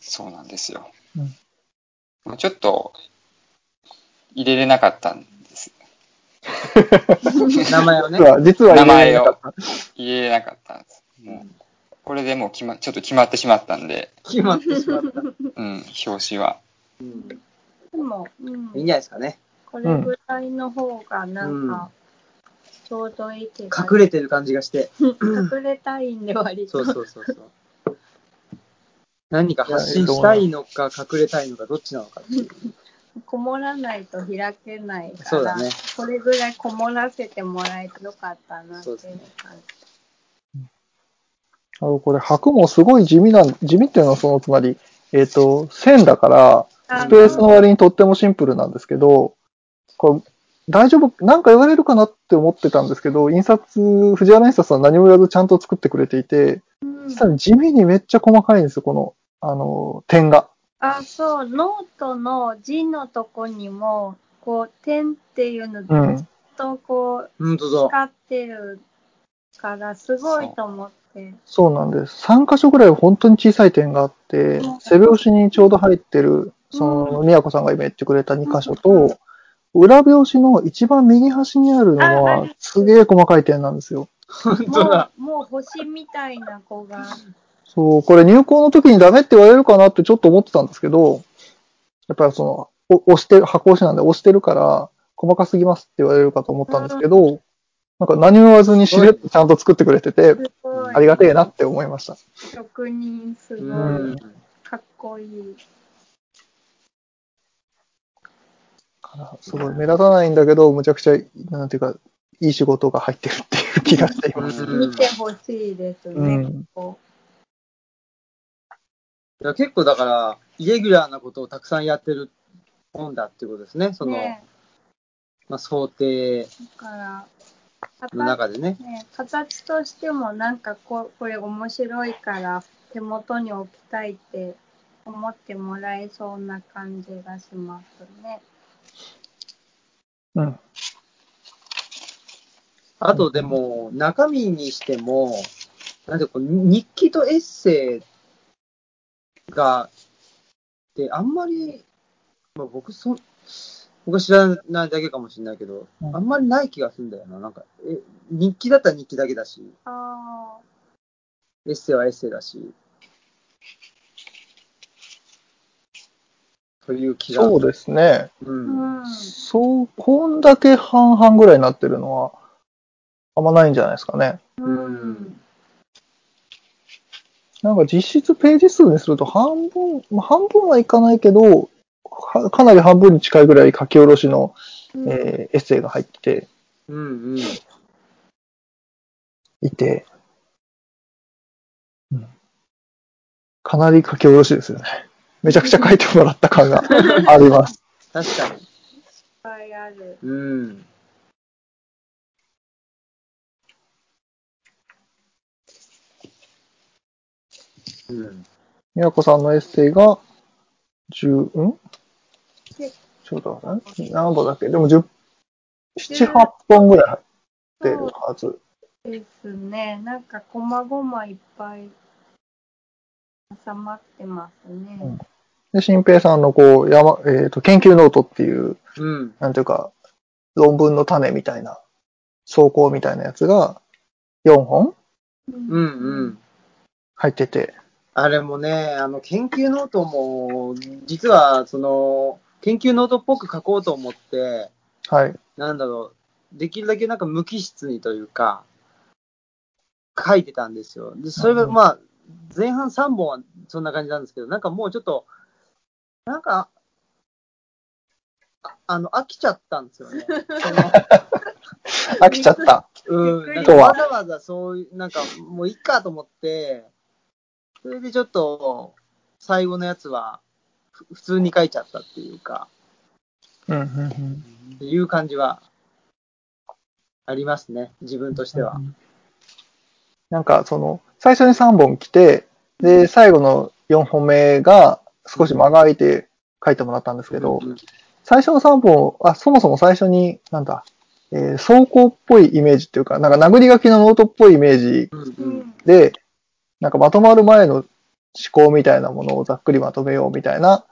そうなんですよ。
うん
まあちょっと、入れれなかったんです。
名前をね
実。は、実は
名
言え
前
なか
を
った。
言えなかったんです。もう、これでもう決ま、ちょっと決まってしまったんで、
決まってしまった。
うん、表紙は。
うん
でも、うん
いいんじゃないですかね。
これぐらいの方がなんか、ちょうどいい気が、
隠れてる感じがして。
隠れたいんで割
そ
と
うそうそうそう。何か発信したいのか隠れたいのかどっちなのかっていう。
こもらないと開けないから
そうだね
これぐらいこもらせてもらえてよかったなって
そ
いう
う
感
で
じ
すね
あの、これ、白もすごい地味なん、地味っていうのはその、つまり、えっ、と、線だから、
あ
スペースの割にとってもシンプルなんですけど、これ大丈夫、なんか言われるかなって思ってたんですけど、印刷、藤原印刷は何も言わずちゃんと作ってくれていて、
うん
さらに地味にめっちゃ細かいんですよ、この、あの、点が。
あ、そう、ノートの字のとこにも、こう、点っていうのず
うん
っとこ
ほんと
う、
だ。
使ってるから、すごいと思って。
そうなんです。3箇所ぐらい本当に小さい点があって、背拍子にちょうど入ってる、その、宮子さんが今言ってくれた2箇所と、裏拍子の一番右端にあるの
ああ
は、すげえ細かい点なんですよ。
ほん
も
とだ。
う、もう星みたいな子が。
そう、これ入校の時にダメって言われるかなってちょっと思ってたんですけど、やっぱりその、お押してる、箱押しなんで押してるから、細かすぎますって言われるかと思ったんですけど、なんか何も言わずにしれっとちゃんと作ってくれてて、
すごい。
ありがてえなって思いました。
職人、す
う
ごい。
ん。
かっこいい。
すごい目立たないんだけど、むちゃくちゃ、なんていうか、いい仕事が入ってるっていう気がしています。
うん
見てほしいです
う
ね、
ん。
こ
いや結構だから、イレギュラーなことをたくさんやってる本だっていうことですね。
う。
その、
ね
まあ、想定
だから、
の中でね。
ね、形としてもなんかここれ面白いから手元に置きたいって思ってもらえそうな感じがしますね。
うん。
あとでも、中身にしても、なんていうかこう、日記とエッセイが、で、あんまり、まあ、僕そ、僕は知らないだけかもしれないけど、
うん
あんまりない気がするんだよな。なんか、え、日記だったら日記だけだし、
あ
エッセイはエッセイだし。という気が。
そうですね。
う。
あ、うんん。
そう、こんだけ半々ぐらいになってるのは、あんまないんじゃないですかね。
うん。
なんか実質ページ数にすると半分、まあ、半分はいかないけど、かかなり半分に近いぐらい書き下ろしの、
うん
えーエッセイが入って
うんうん。
いて、うんかなり書き下ろしですよね。めちゃくちゃ書いてもらった感 があります。
確かに。
いっぱいある。
うん。うん。
みやこさんのエッセイが、十、んちょっと待って、何本だっけでも十、七、八本ぐらい入ってるはず。
そうですね。なんか細々いっぱい収まってますね。
うんで、新平さんのこう、山、えっ、と、研究ノートっていう、
うん。
なんていうか、論文の種みたいな、草稿みたいなやつが4本
うんうん。
入ってて、
あれもね、あの、研究ノートも、実は、その、研究ノートっぽく書こうと思って、
はい。
なんだろう、できるだけなんか無機質にというか、書いてたんですよ。で、それが
うん
まあ、前半3本はそんな感じなんですけど、なんかもうちょっと、なんか、ああの、飽きちゃったんですよね。その
飽きちゃった。
うん、なん
ゆっくり
か
とは
わざわざそういう、なんかもういいかと思って、それでちょっと、最後のやつは、ふ普通に書いちゃったっていうか、
うん、うん、うん。
っていう感じは、ありますね、自分としては。
なんか、その、最初に3本来て、で、最後の4本目が少し間が空いて書いてもらったんですけど
う、ん
最初の3本、あ、そもそも最初に、なんだ、えー草稿っぽいイメージっていうか、なんか殴り書きのノートっぽいイメージ
うんう
うんん。
で、なんかまとまる前の思考みたいなものをざっくりまとめようみたいな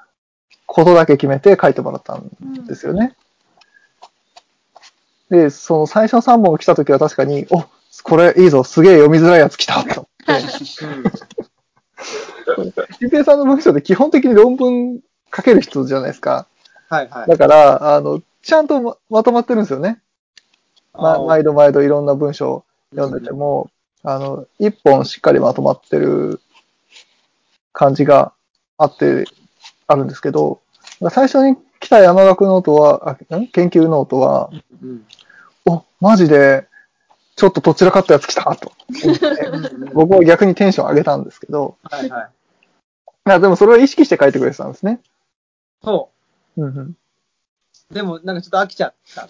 ことだけ決めて書いてもらったん
うん
ですよね。で、その最初の3本来た時は確かに、おこれいいぞ、すげえ読みづらいやつ来たと思って。一平さんの文章って基本的に論文書ける人じゃないですか。
はいはい。
だから、あの、ちゃんとままとまってるんですよね。ま、
あ
毎度毎度いろんな文章を読んでても、あの、一本しっかりまとまってる感じがあって、あるんですけど、最初に来た山岳ノートは、あん研究ノートは、
うん
お、マジで、ちょっとどちらかったやつ来た
う
と。
ん
僕は逆にテンション上げたんですけど、
はいはい。
あでもそれを意識して書いてくれてたんですね。
そ
うんうん。
う。でも、なんかちょっと飽きちゃった。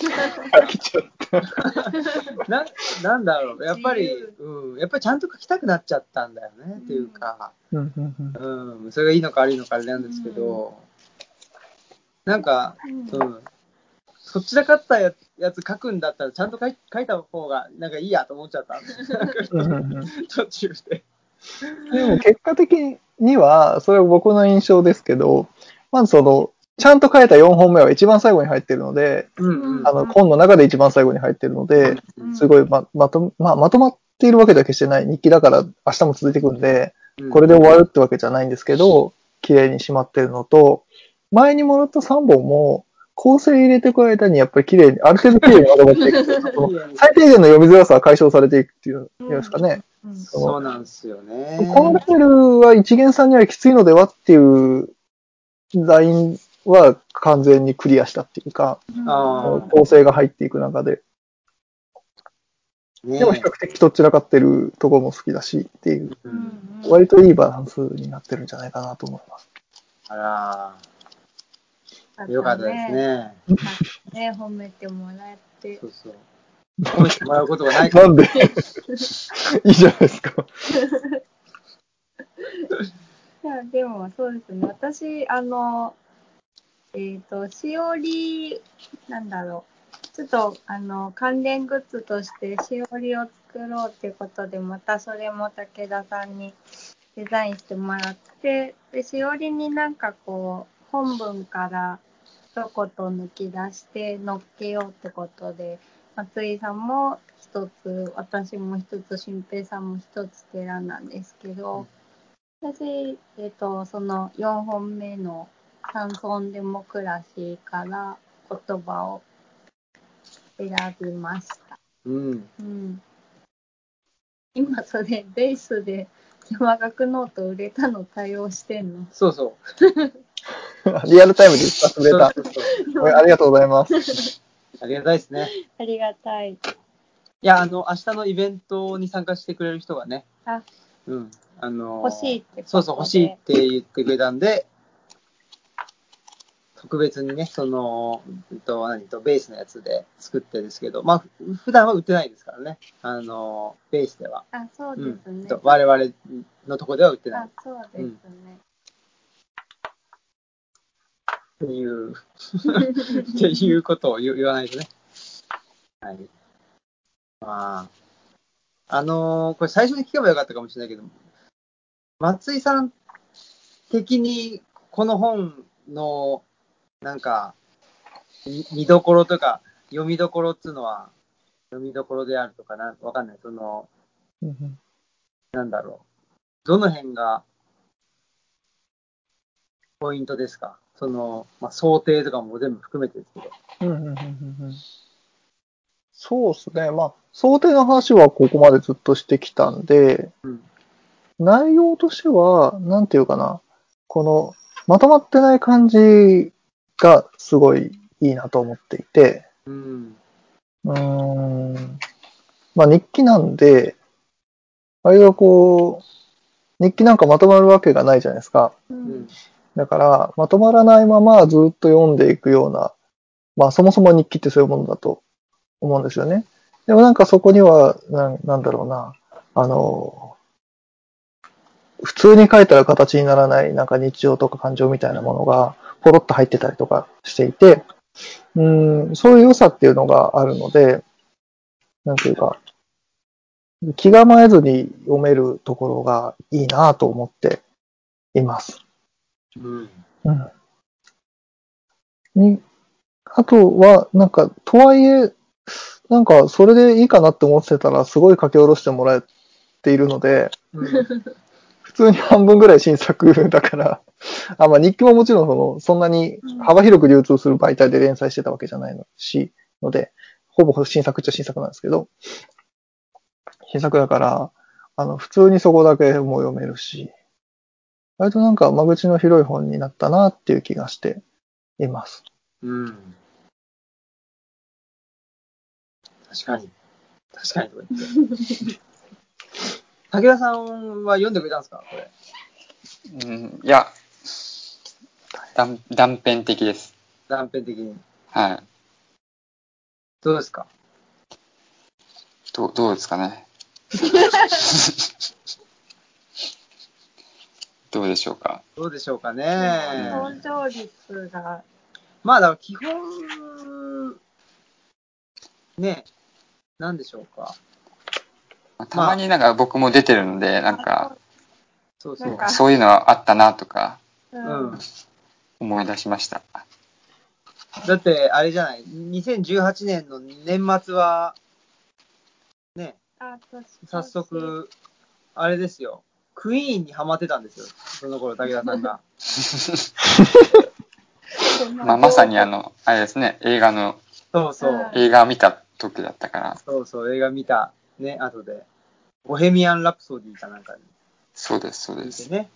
飽きち ゃった。
な、なんだろう。やっぱり、うん。やっぱりちゃんと書きたくなっちゃったんだよね。っていうか、
うんうんうん。
うん。それがいいのか悪いのかあれなんですけど、なんか、うん。そっちらかったやつやつ書くんだったら、ちゃんと書い書いた方が、なんかいいやと思っちゃ った。
うんうんうん
途中で。
でも結果的には、それは僕の印象ですけど、まずその、ちゃんと書いた4本目は一番最後に入ってるので、
うん
うん
あの、本の中で一番最後に入ってるので、すごいままと、まあ、まとまっているわけだけしてない日記だから明日も続いていくんで、これで終わるってわけじゃないんですけど、綺麗にしまってるのと、前にもらった3本も、構成入れていく間にやっぱり綺麗に、ある程度綺麗にまとまっていく。その最低限の読みづらさは解消されていくっていうんですかね。その
そうなんですよね。
このレベルは一元さんにはきついのではっていうラインは完全にクリアしたっていうか、
あ
構成が入っていく中で、
ね
でも比較的どちらかってるとこも好きだしっていう、
うん
割といいバランスになってるんじゃないかなと思います。
あら、よかったです。ね。
ね、褒めてもらって
そ。うそう。褒めてもらうことがないか
なんでいいじゃないですか。
いや、でもそうですね。私、あの、えっ、と、しおり、なんだろう。ちょっと、あの、関連グッズとしてしおりを作ろうってことで、またそれも武田さんにデザインしてもらって、で、しおりになんかこう、本文から一言抜き出して乗っけようってことで、松井さんも一つ、私も一つ、新平さんも一つって選んだんですけど、私、えっと、その4本目の「サンソンデモクラシー」から言葉を選びました。
うん。
うん、今それベースで山岳ノート売れたの対応してんの
そうそう。
リアルタイムで一発売れた
そ。うそうそう
おいありがとうござ います。
ありがたいですね。
ありがたい。
いや、あの、明日のイベントに参加してくれる人がね、
あ
うん。あの、
欲しいってことで
そうそう、欲しいって言ってくれたんで、特別にね、その、えっと、何と、ベースのやつで作ってですけど、まあ、ふ普段は売ってないですからね。あの、ベースでは。
あそう
う
で
ん
すね。
と我々のとこでは売ってない
あ。そうですね。
っていう、っていうことを言言わないとね。はい。まあ、あのーこれ最初に聞けばよかったかもしれないけど、松井さん的にこの本の、なんか、み見どころとか、読みどころっていうのは、読みどころであるとかな、わかんない。その、
うんうん
なんだろう。どの辺が、ポイントですかその、まあ、想定とかも全部含めてですけど。
うんうんうんうんうんそうですね。まあ、想定の話はここまでずっとしてきたんで、
うん
内容としては、なんていうかな、この、まとまってない感じがすごいいいなと思っていて、
うん。
うーん。まあ、日記なんで、あれがこう、日記なんかまとまるわけがないじゃないですか。
う
うんん。
だから、まとまらないままずっと読んでいくような、まあそもそも日記ってそういうものだと思うんですよね。でもなんかそこには、なんなんだろうな、あの、普通に書いたら形にならない、なんか日常とか感情みたいなものが、ポロッと入ってたりとかしていて、うん、そういう良さっていうのがあるので、なんていうか、気構えずに読めるところがいいなと思っています。
うん。
うんに、あとは、なんか、とはいえ、なんか、それでいいかなって思ってたら、すごい書き下ろしてもらえているので、
うん
普通に半分ぐらい新作だから、あ、まあ日記ももちろんその、そんなに幅広く流通する媒体で連載してたわけじゃないのし、ので、ほぼ新作っちゃ新作なんですけど、新作だから、あの、普通にそこだけも読めるし、割となんか間口の広い本になったなっていう気がしています。
うん。確かに。確かにとか言って。武田さんは読んでくれたんですかこれ。
うん、いや、断断片的です。
断片的に。
はい。
どうですか
どうどうですか ね。どうでしょうか。
どうでしょうか
え
ね。
登場率が、
まあ、だから基本、ね、なんでしょうか。
まあたまになんか僕も出てるので、なんか、
そうそう。
なんか
そういうのはあったなとか
う
うん。
思い出しました。
だって、あれじゃない。2018年の年末は、ね、
あと
早速、あれですよ。クイーンにハマってたんですよ。その頃、武田さんが。
まあ、まさにあ、の、あれですね、映画の、
そうそう。
うん
映画を見た時だったから、
そうそう、映画見た、ね、後で。ボヘミアン・ラプソディかなんか
そうです、そう
に
で
聞い
す
て。ね。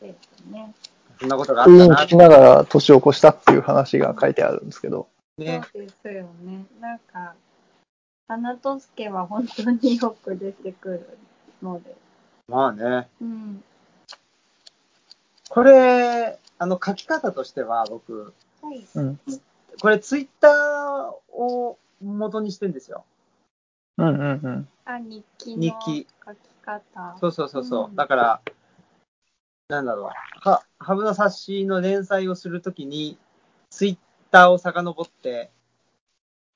ですね。
そんなことがあっ
クイー
た
ン
な
聞。きながら年を越したっていう話が書いてあるんですけど、
ね。
そうですよね。なんか、花とすけは本当によく出てくるので。
まあね。
うん。
これ、あの、書き方としては、僕、
はい。
うん。
これ、ツイッターを元にしてんですよ。
うんうんうん。
あ、日記
日
の書
記
き方。
そうそうそうそう。
うん
だから、なんだろう。は、ハブの冊子の連載をするときに、ツイッターを遡って、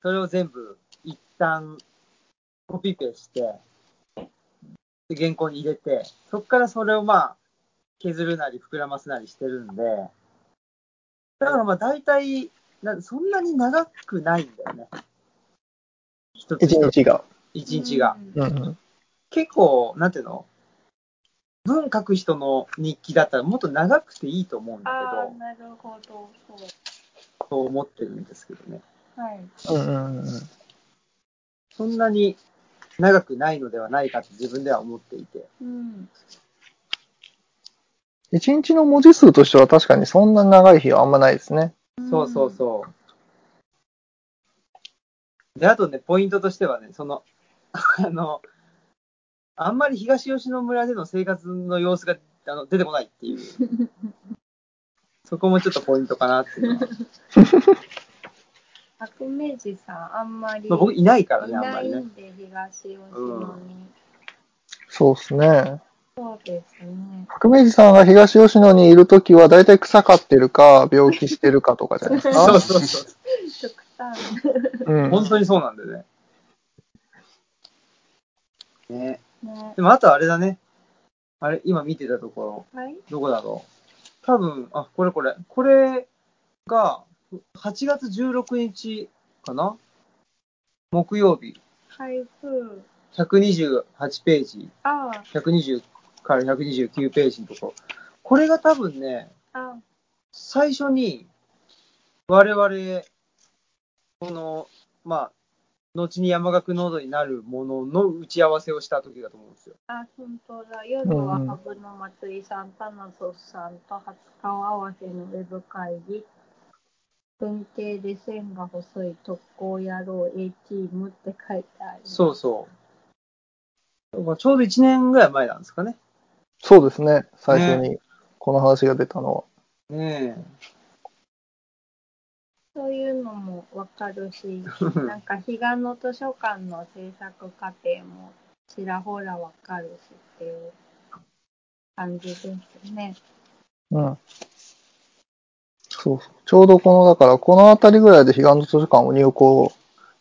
それを全部一旦コピペして、で原稿に入れて、そこからそれをまあ、削るなり膨らますなりしてるんで、だからまあ大体、なそんなに長くないんだよね。一つ
一日が。
一日が。
うん
うんうん。
結構、なんていうの文書く人の日記だったらもっと長くていいと思うんだ
あ
け
あ、なるほど。そう。
ど、そう思ってるんですけどね。
はい。
うんうんうん。
そんなに長くないのではないかと自分では思っていて。
うん。
一日の文字数としては確かにそんな長い日はあんまないですね。
そうそうそう。で、あとね、ポイントとしてはね、その、 あの、あんまり東吉野村での生活の様子があの出てこないって いう。そこもちょっとポイントかなっていうの は。
白明治さん、あんまり
まあ僕いないから
い
ね、あんま
ない
りね。
んで、東吉野に。
そうですね。
そうですね。
白明治さんが東吉野にいるときは、だいたい草刈ってるか、病気してるかとかじゃないで す
そう
か。
そうそう。
極端。
うん。
本当にそうなんだよね。ね
ね。
でもあとあれだね。あれ、今見てたところ、
はい。
どこだろう。多分、あ、これこれ。これが、8月16日かな木曜日。
台風。
128ページ。
ああ、
120から129ページのところ。これが多分ね、
ああ。
最初に、我々、この、まあ、後に山岳濃度になるものの打ち合わせをした時だと思うんですよ。
あ、本当だ。夜はハブの祭りさん、タナソスさんと初顔合わせのウェブ会議。文系で線が細い特攻野郎 A チームって書いてある。
そうそう。まあちょうど1年ぐらい前なんですかね。
そうですね。最初に、この話が出たのは。
ね
そういうのもわかるし、なんか彼岸の図書館の制作過程もちらほらわかるしっていう感じですね。
うん。そうそう。ちょうどこの、だから、このあたりぐらいで彼岸の図書館を入校、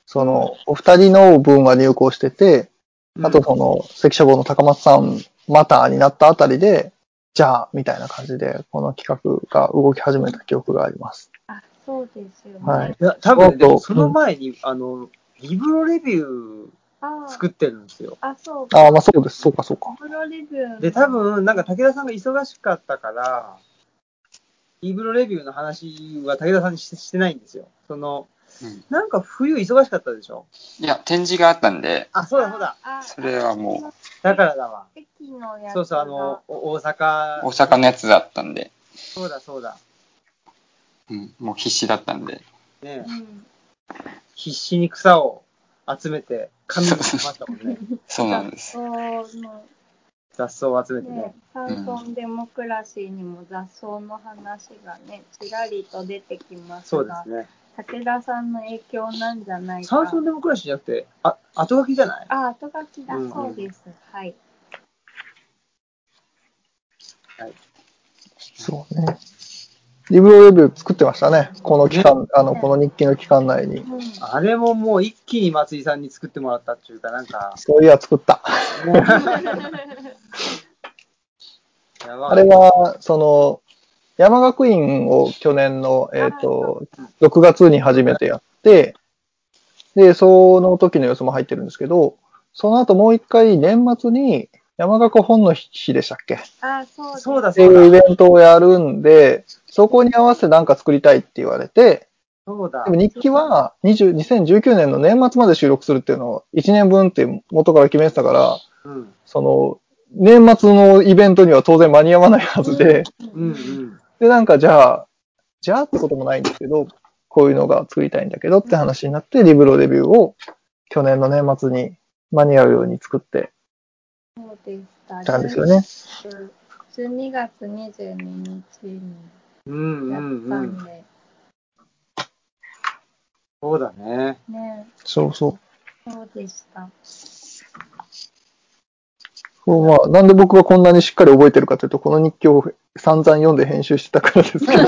その、お二人の分は入校してて、
え。
あとその、関所坊の高松さん、マターになったあたりで、じゃあ、みたいな感じで、この企画が動き始めた記憶があります。
あ、そうですよね。
はい。
いや、多分ね、で
あと
もその前に、あの、リブロレビュ
あ
ー
あ
作ってるんですよ。
あ、そう。
ああ、まあそうです。そうか、そうか。
プロレビュー。
で、多。分、なんか武田さんが忙しかったから、リブロレビューの話は武田さんにししてないんですよ。その、
うん
なんか冬忙しかったでしょ
いや、展示があったんで、
あ、そうだそうだ。
あ。あ
それはもう、
だからだわ。
駅のやつが。
そうそう、あの、お大阪。
大阪のやつだったんで、
そうだそうだ。
うん、もう必死だったんで、
ね
う、ん。
必死に草を集めて、紙にしてましたもん ね。
そうなんです。
そうの
雑草を集めてね
ね。、サンソンデモクラシーにも雑草の話がね、ちらりと出てきます
そうで
が、
すね。
武田さんの影響なんじゃないか。
サンソンデモクラシーじゃなくて、あ、後書きじゃない
あ、後書きだ、
うん
そうです。はい。
そうね。リブロレビュー作ってましたね。この期間、あの、この日記の期間内に。
うん。
あれももう一気に松井さんに作ってもらったっていうか、なんか、
そういや、作った。
もうやば
あれは、その、山学院を去年の、えっ、と、6月に初めてやって、で、その時の様子も入ってるんですけど、その後もう一回年末に山学本の日でしたっけ
あ、そうです
そうだ
ってい
そう
イ
うだ、
ベントをやるんで、そこに合わせて何か作りたいって言われて、
そうだ
でも、日記は20 2019年の年末まで収録するっていうのを1年分って元から決めてたから、
うん、
その、年末のイベントには当然間に合わないはずで、
うん、うん、
で、なんかじゃあ、じゃあってこともないんですけど、こういうのが作りたいんだけどって話になって、リブロデビューを去年の年末に間に合うように作って
そうでした。
たんですよね。
12月22日に
うん、
や
う
った
ん、うん
んで、
そうだね。
ね、
そうそう。
そうでした。
そうまあ、なんで僕がこんなにしっかり覚えてるかというと、この日記を散々読んで編集してたからです けど、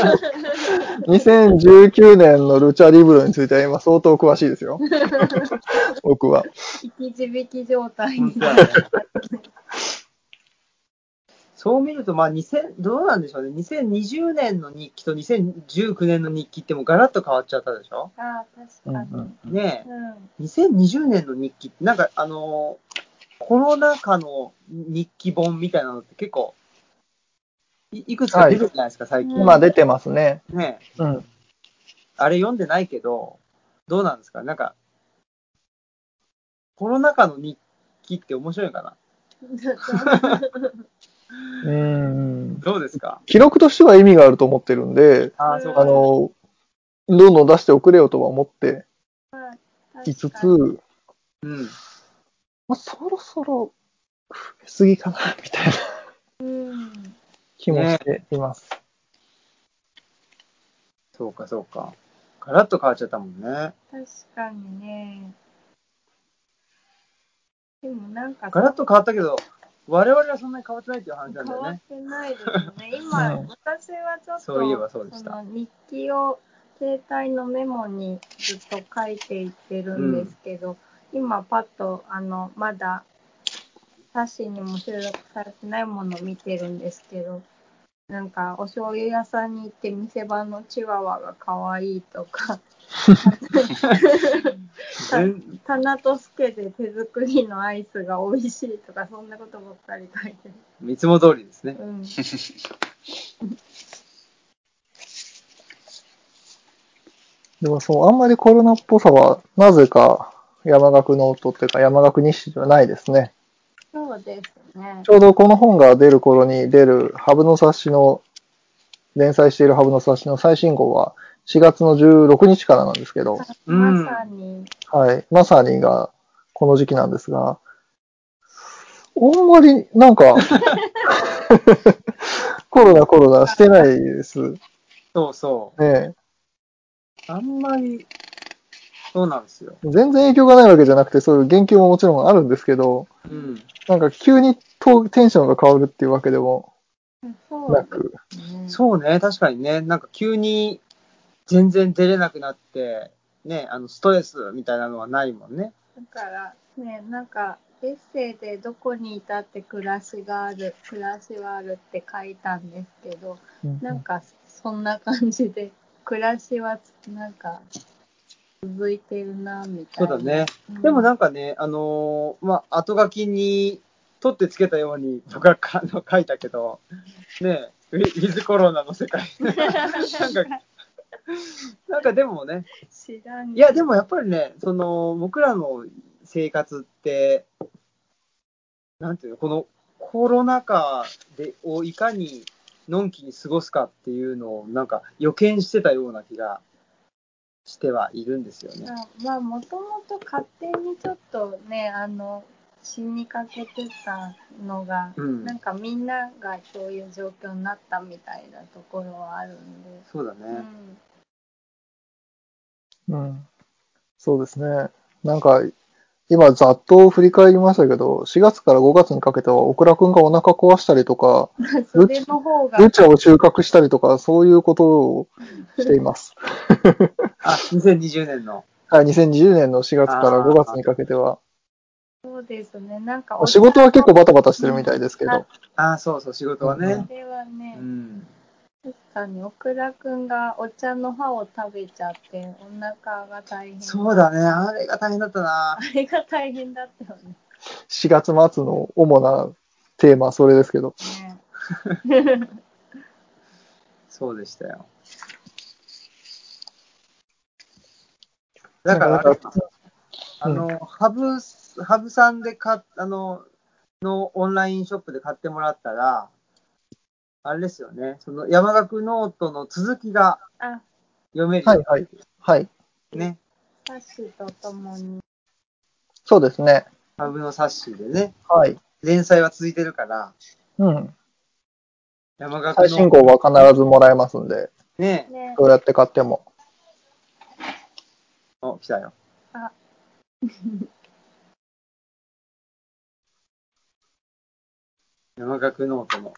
2019年のルチャリブロについては今相当詳しいです よ。僕は。
生き字引状態
本
に
当。だね そう見ると、まあ、2000、どうなんでしょうね。2020年の日記と2019年の日記ってもうガラッと変わっちゃったでしょ
ああ、
う
確
んう
かに。
ん
ねえ。
うん。
2020年の日記って、なんか、あのーコロナ禍の日記本みたいなのって結構、いいくつか出てるじゃないですか、最近。
今出てますね。
ねえ
うん。
あれ読んでないけど、どうなんですかなんか、コロナ禍の日記って面白いかな
うん。
どうですか
記録としては意味があると思ってるんで、
ああ、
うん
そう
あ
か。
の、どんどん出しておくれよとは思っていつつ、
確か
うん。
まあ、そろそろ増えすぎかな、みたいな
にうん。
気もしています。
そうか、そうか。ガラッと変わっちゃったもんね。
確かにね。でもなんか、
ガラッと変わったけど、我々はそんなに変わってないっていう話なんだ
変
よ
わ
ね
っ。てないです ね。今、
うん
私はちょっと、
そういえばそうでした
その日記を携帯のメモにずっと書いていってるんですけど、今パッと、あの、まだ、冊子にも収録されてないものを見てるんですけど、なんか、お醤油屋さんに行って店番のチワワが可愛いとか、
全
棚とスケで手作りのアイスが美味しいとか、そんなことばっかり書いてる。
いつも通りですね。
うん。
でもそう、あんまりコロナっぽさは、なぜか山岳ノートっていうか山岳日誌ではないですね。
そうですね
ち。ょうどこの本が出る頃に出るハブの冊子の、連載しているハブの冊子の最新号は4月の16日からなんですけど、
うん
まさに。
はい。まさにが、この時期なんですが、あんまり、なんか、 コロナコロナしてないです
そうそ
ね。
う。あんまり、そうなんですよ。
全然影響がないわけじゃなくて、そういう言及ももちろんあるんですけど、
うん。
なんか急にとテンションが変わるっていうわけでも
そう
な
で
く、
すね。
そうね、確かにね、なんか急に全然出れなくなって、ね、あのストレスみたいなのはないもんね。
だからね、なんかエッセイでどこにいたって暮らしがある、暮らしはあるって書いたんですけど、
うん
なんかそんな感じで、暮らしはなんか続いてるなみた
そ
いうな。
だね。
うん。
でもなんかね、あのーまあ、後書きに取ってつけたように僕はかあの書いたけど、ねえ、ウィウィズコロナの 世界。なんか、なんかでもね、
知らん。
いや、でもやっぱりね、その、僕らの生活って、なんていうの、このコロナ禍でをいかにのんきに過ごすかっていうのを、なんか予見してたような気がしてはいるんですよね。
あまあ、もともと勝手にちょっとね、あの、死にかけてたのが、
うん
なんかみんながそういう状況になったみたいなところはあるんで。
そうだ
う
ね。
ん。
うん。そうですね。なんか、今ざっと振り返りましたけど、4月から5月にかけては、オクラくんがお腹壊したりとか、
それの方が、
ルチャを収穫したりとか、そういうことをしています。
あ、2020年の。
はい、2020年の4月から5月にかけては、
そうですね、なんか
仕事は結構バタバタしてるみたいですけど、
あ、そうそう、仕事はね
そ。れは
う
ね、
ん。
確かに、オクラくんがお茶の葉を食べちゃって、お腹が大変。
そうだね。あれが大変だったな
あ。れが大変だった よね。
4月末の主なテーマはそれですけど、
ね
そうでしたよ。だ
なん
か
からな
あ
んか
れか、あの、ハブス、ハブさんで買っあの、のオンラインショップで買ってもらったら、あれですよね、その山岳ノートの続きが
あ、
読める
はい
よ
はい、はい、
ね、
サッシとともに。
そうですね、
ハブの冊子でね、
はい、
連載は続いてるから、
うん、
山岳
最新
ノート
号は必ずもらえますんで、
ね、
ね。
どうやって買っても。
お、来たよ。
あ
山岳ノートの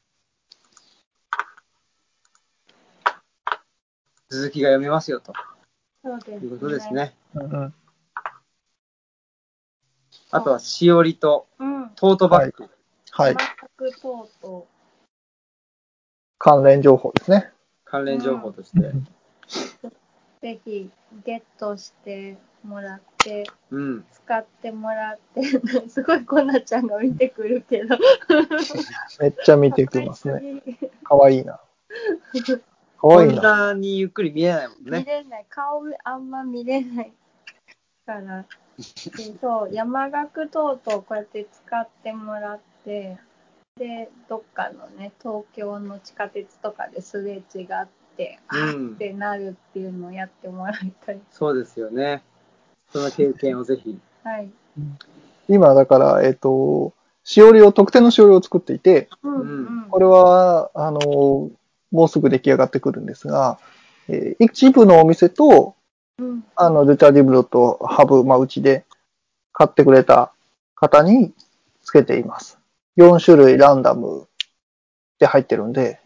続きが読めますよと
そうです
い
ね。
うことです。ね。
うんうん、
あとはしおりと
うん。
トートバッグ。
はい、
全くとうと
関連情報ですね。
関連情報として。
う、ぜひゲットしてもらって、
うん。
使ってもらって、 すごいコナちゃんが見てくるけど。
めっちゃ見てきますね。
ね。
かわいい な。か
こ
わいい
ん
な。
なにゆっくり見えないもん
見
ね。
れない。顔あんま見れないから。でそう、山岳等々こうやって使ってもらって、で、どっかのね、東京の地下鉄とかですれ違って、
うん
ってなるっていうのをやってもらいたい。
そうですよね。その経験をぜひ。
はい。
今だから、えっ、と、しおりを、特定のしおりを作っていて、
うんん
これは、あの、もうすぐ出来上がってくるんですが、えー一部のお店と、
うん。
あの、ルチャリブロとハブ、まあ、うちで買ってくれた方につけています。4種類ランダムで入ってるんで、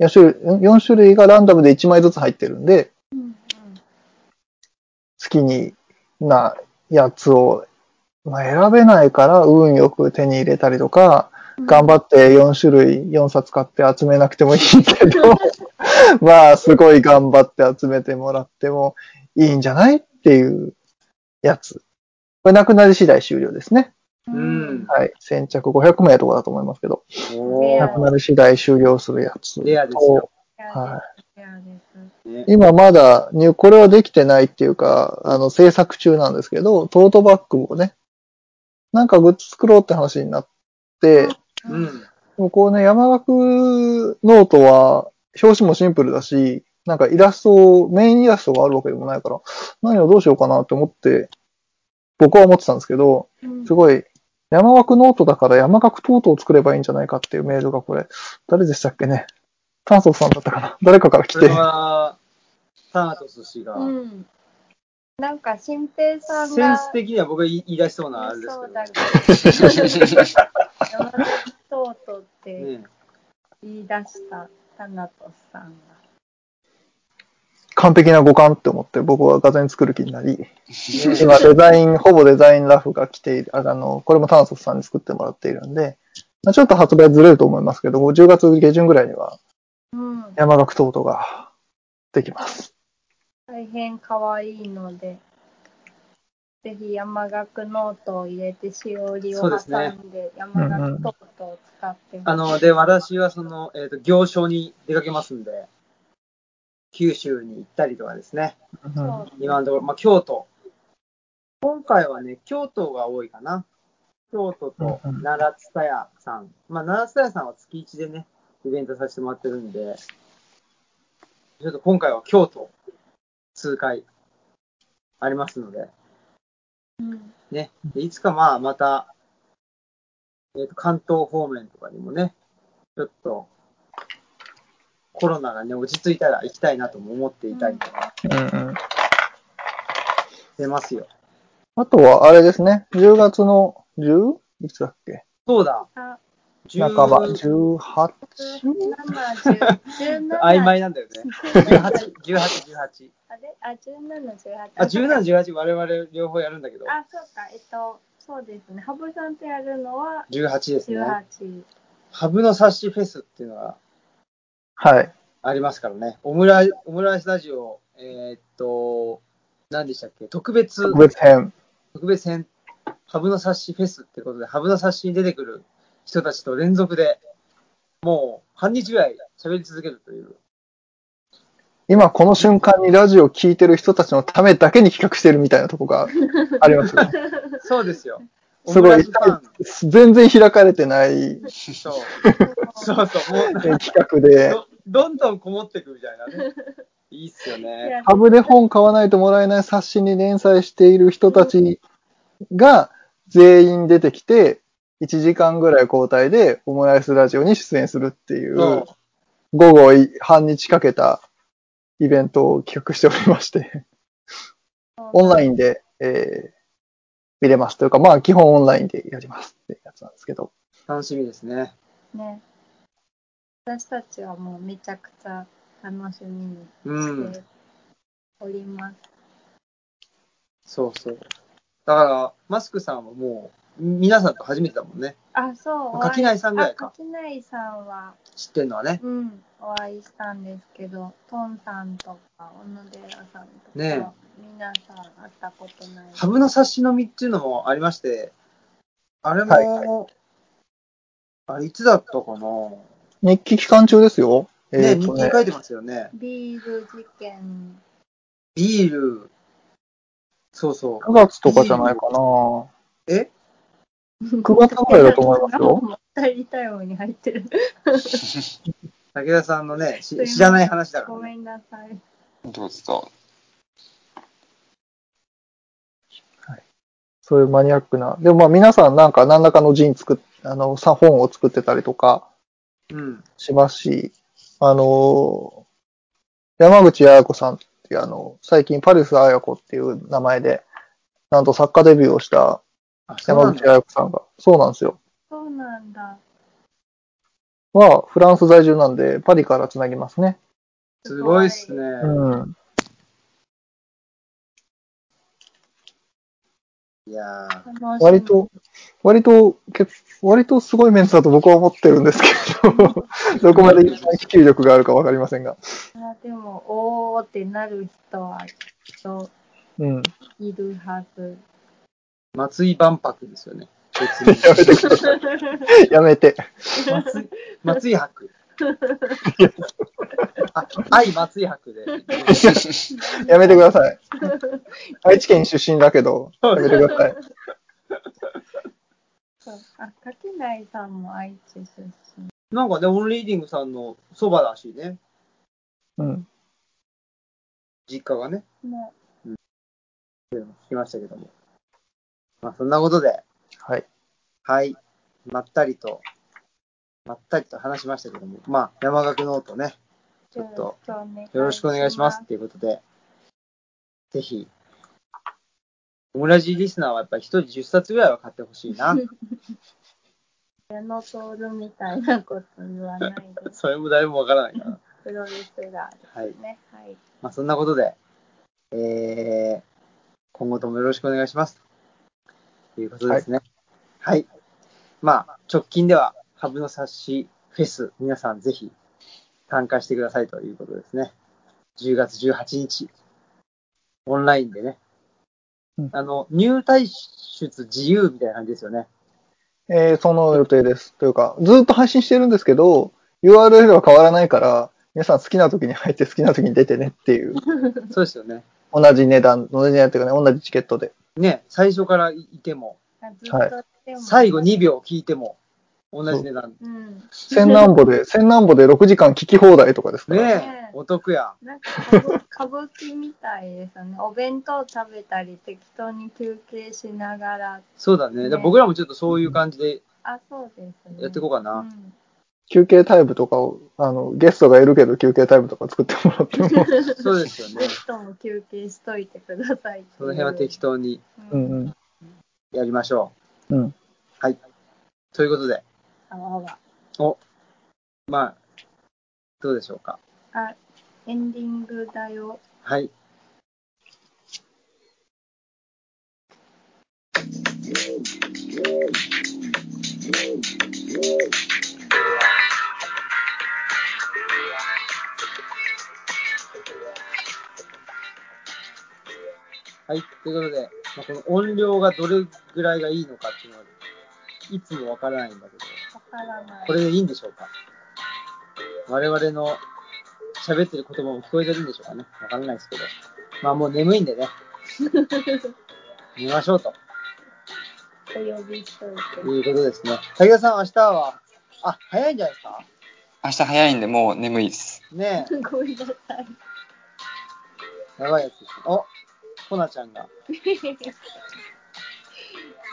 4種類ん、4種類がランダムで1枚ずつ入ってるんで、
うん。
好きになやつを、まあ、選べないから運よく手に入れたりとか、
うん。
頑張って4種類4冊買って集めなくてもいい けど、まあすごい頑張って集めてもらってもいいんじゃないっていうやつ。これなくなり次第終了ですね。
うん。
はい。先着500名とかだと思いますけど、
お
レ
な
ア
くなり次第終了するやつ。
レアですよ
いや
は
ですいやです。
ーね。
今まだ入、これはできてないっていうか、あの、制作中なんですけど、トートバッグをね、なんかグッズ作ろうって話になって、
うん。
もうこうね、山岳ノートは、表紙もシンプルだし、なんかイラストを、メインイラストがあるわけでもないから、何をどうしようかなって思って、僕は思ってたんですけど、
うん
すごい、山岳ノートだから山岳トートを作ればいいんじゃないかっていうメールがこれ、誰でしたっけね炭素さんだったかな誰かから来
これ
て。
は、タートス氏が、
うん。なんか、新平さん
セン
が。
ス的には僕が言い出しそうなあれです
そ
け
うだ
ど
けど。山田とうとうって
ねね。
言い出した、タナトスさんが。
完璧な五感って思って僕は画然作る気になり、
ね
今デザイン、ほぼデザインラフが来ている、ああの、これも炭素さんに作ってもらっているんで、まあ、ちょっと発売ずれると思いますけど、もう10月下旬ぐらいには
うん。
山岳トートができます。
大変可愛いので、ぜひ山学ノートを入れて、しおりを
そう
挟
ですね
んで、山学ノートを使ってほしい
あの、で、私はその、えっ、と、行商に出かけますんで、九州に行ったりとかですね。
う
そ
ん
う
今のところ、まあ、京都。今回はね、京都が多いかな。京都と
うんうん
奈良津田屋さん。まあ、奈良津田屋さんは月1でね、イベントさせてもらってるんで、ちょっと今回は京都、数回ありますので、
うん
ね。でいつかまあ、また、えっ、と、関東方面とかにもね、ちょっと、コロナがね、落ち着いたら行きたいなとも思っていたりとか
うんうん
してますよ。
あとは、あれですね、10月の 10? いつだっけ
そうだ、
あ
10
半ば、18?
17 17
曖昧なんだよね。18、18、18。
あれあ、17、18。
あ、17、18、我々両方やるんだけど、
あ、そうか、えっと、そうですね。羽生さんとやるのは
18ですね。
18。
ハブの冊子フェスっていうのが
はい。
ありますからね。オムライ、オムライスラジオ、えーっと、何でしたっけ特別、
特別編。
特別編、ハブの冊子フェスってことで、ハブの冊子に出てくる人たちと連続で、もう半日ぐらい喋り続けるという。
今この瞬間にラジオを聴いてる人たちのためだけに企画してるみたいなとこがありますよ ね。
そうですよ。オ
す
ム
ご
ライ
い
スファン、、
全然開かれてない
そう。そうそう、もう
企画で、
どどんどんこもってくみたいなね。いいっすよ
い
ね。
や
ハブで本買わないともらえない冊子に連載している人たちが全員出てきて、1時間ぐらい交代でオムライスラジオに出演するっていう、
そう
午後半日かけたイベントを企画しておりまして、 オンラインで、えー見れますというか、まあ基本オンラインでやりますってやつなんですけど。
楽しみですね。
ね。私たちはもうめちゃくちゃ楽しみに
うん
し。ております。
そうそう。だから、マスクさんはもう、皆さんと初めてだもんね。
あ、そう。お会
垣内さんぐらいか
あ垣内さんは、
知ってるのはね。
うん、お会いしたんですけど、トンさんとか、小野寺さんとか、
ね
皆さん会ったことない。
ハブの差し飲みっていうのもありまして、あれも、
はい
あれいつだったかな。
日記期間中ですよ。
ね、
ー
日
と
記書いてますよね。
ビール事件、
ビール、そうそう。
9月とかじゃないかな。
え
9月ぐらいだと思います よ。
もったいたように入ってる。
武田さんのね、し
すいません
知らない話だか
ご
ら、ね
め。んなさい。
どうぞ。
そういうマニアックな。でもまあ皆さんなんか何らかの人作っ、あの、さ本を作ってたりとか
うん。
しますし、あのー山口彩子さんっていうあの、最近パリス彩子っていう名前で、なんと作家デビューをした
あ、そうな
山
ん
口
だ。
彩子さんが、そうなんですよ。
そうなんだ。
は、フランス在住なんで、パリから繋ぎますね。
すごいっすね。。
うん。
いやー。
楽しみ
割と、割と、け割とすごいメンツだと僕は思ってるんですけど、どこまで地球力があるかわかりませんが。
あでも、おーってなる人はきっと
うん。
いるはず。
松井万博ですよね。別に
やめてください。や
松井、
めて。
松井博。あ、愛松井博 で。
やめてください。愛知県出身だけど、やめてください。
そうあ、竹内さんも愛知出身。
なんかね、オンリーディングさんのそばらしいね。
うん。
実家がね。
ね、
聞きましたけども。まあ、そんなことで、
はい。
はい。まったりと、まったりと話しましたけども。まあ、山岳ノートね、ちょっとよろしくお願いします。っていうことで、ぜひ、オムラジリスナーはやっぱり一人10冊ぐらいは買ってほしいな。
矢野徹みたいなこと言わないで。
それもだいぶわからないから。
プロレスラー
はい
で。すね。はい。
まあ、そんなことで、えー、今後ともよろしくお願いします。ということですね。はい。まあ、直近では、ハブの冊子フェス、皆さんぜひ参加してくださいということですね。10月18日、オンラインでね
うん。
あの、入退出自由みたいな感じですよね。
えーその予定です。というか、ずっと配信してるんですけど、URL は変わらないから、皆さん好きな時に入って好きな時に出てねっていう、
そうですよね。
同じ値段、同じ値段っていうかね、同じチケットで。
ね、最初からいても、
ずっとやっても
最後2。秒聞いても、同じ値段。
うん。
千何歩で、千何歩で6時間聞き放題とかですから。
ねえ、
ね
お得や。
なんか歌舞歌舞伎みたいですよね。お弁当食べたり、適当に休憩しながら。
そうだね。
ね
だから僕らもちょっとそういう感じで
あ、そうですね。
やっていこうかな。
ん
休憩タイムとかを、あの、ゲストがいるけど休憩タイムとか作ってもらっても、
そうですよね
ゲ。ストも休憩しといてくださいっていう。
その辺は適当に
う
うん。
ん
やりましょ
うん。うん。
う。はい。ということで、
あわわ。
まあ、どうでしょうか。
あ、エンディングだよ。
はい。はい。ということで、まあ、この音量がどれぐらいがいいのかっていうのは、いつもわからないんだけど、
わからない。
これでいいんでしょうか我々の喋ってる言葉も聞こえてるんでしょうかねわからないですけど。まあもう眠いんでね。寝ましょうと
お呼びしといて。
いうことですね。武田さん、明日は、あ、早いんじゃないですか
明日早いんで、もう眠いです。
ね
ごめんなさい。
え、やばいやつです。お、コナちゃんが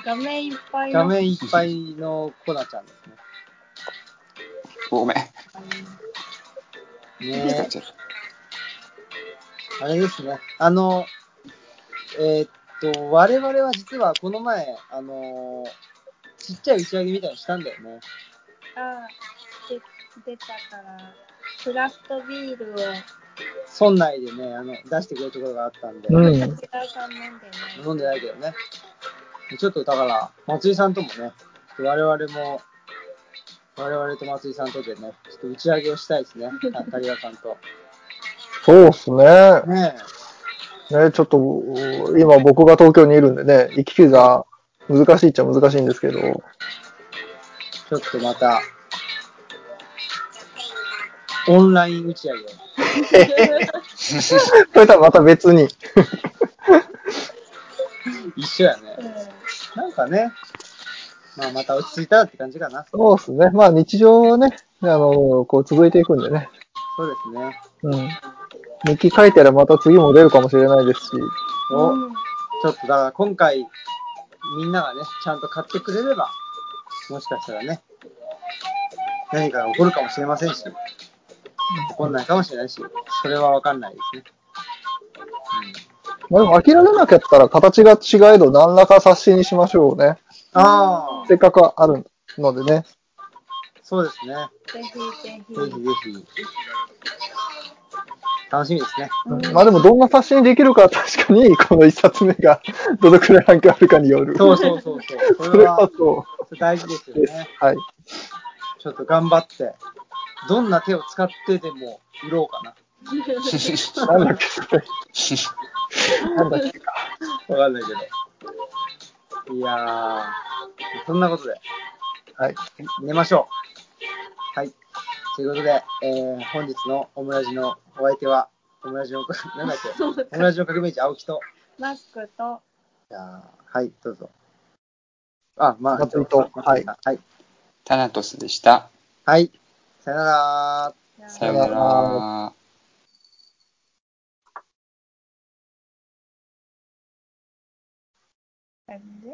画面いっぱいの
画面いっぱいのコナちゃんです
ごめん。
ね。ねえ。
ちょっと
あれですね。あの、えーっと、我々は実はこの前、あのちっちゃい打ち上げみたいにしたんだよね。
あで出たから、クラフトビールを
村内でね、あの、出してくれるところがあったんで、
うん。
私がさん飲んでない。
飲んでないけどね。ちょっとだから、松井さんともね、ちょっと我々も、我々と松井さんとでね、ちょっと打ち上げをしたいですね。た谷川さんと。
そうっすね。
ね
ね、ちょっと、お今僕が東京にいるんでね、行き来が難しいっちゃ難しいんですけど、
え、ちょっとまた、オンライン打ち上げを。
それとはまた別に。
一緒やね。
う
なんかね、まあまた落ち着いたらって感じかな。
そうっすね。まあ日常はね、あの、こう続いていくんでね。
そうですね。
うん。日記書いたらまた次も出るかもしれないですし、
お、
ん。うん
ちょっとだから今回、みんながね、ちゃんと買ってくれれば、もしかしたらね、何かが起こるかもしれませんし、起こんないかもしれないし、それはわかんないですね。
まあでも諦めなかったら形が違えど何らか冊子にしましょうね。
うん、ああ、
せっかくあるのでね。
そうですね。
ぜひぜひ。
ぜひぜひ。楽しみですね。
うん
まあでもどんな冊子にできるかは確かに、この一冊目がどのくらい反響あるかによる。
そうそうそうそう。
そ
そ
れ
れ
は
は
そ
大事ですよ
うです。
ね。
はい。
ちょっと頑張って、どんな手を使ってでも売ろうかな。
なんだっけ、それ。なんだっけか。
わかんないけど。いやー、そんなことで。
はい。
寝ましょう。はい。ということで、えー、本日のオムラジのお相手は、オムラジ の、なんだっけ、オムラジの革命児、青木と、
マスクと、
じゃあはい、どうぞ。あ、まあ、
松井と
はい。はい。
タナトスでした。
はい。さよなら。
さような
さよう
ら。
感じ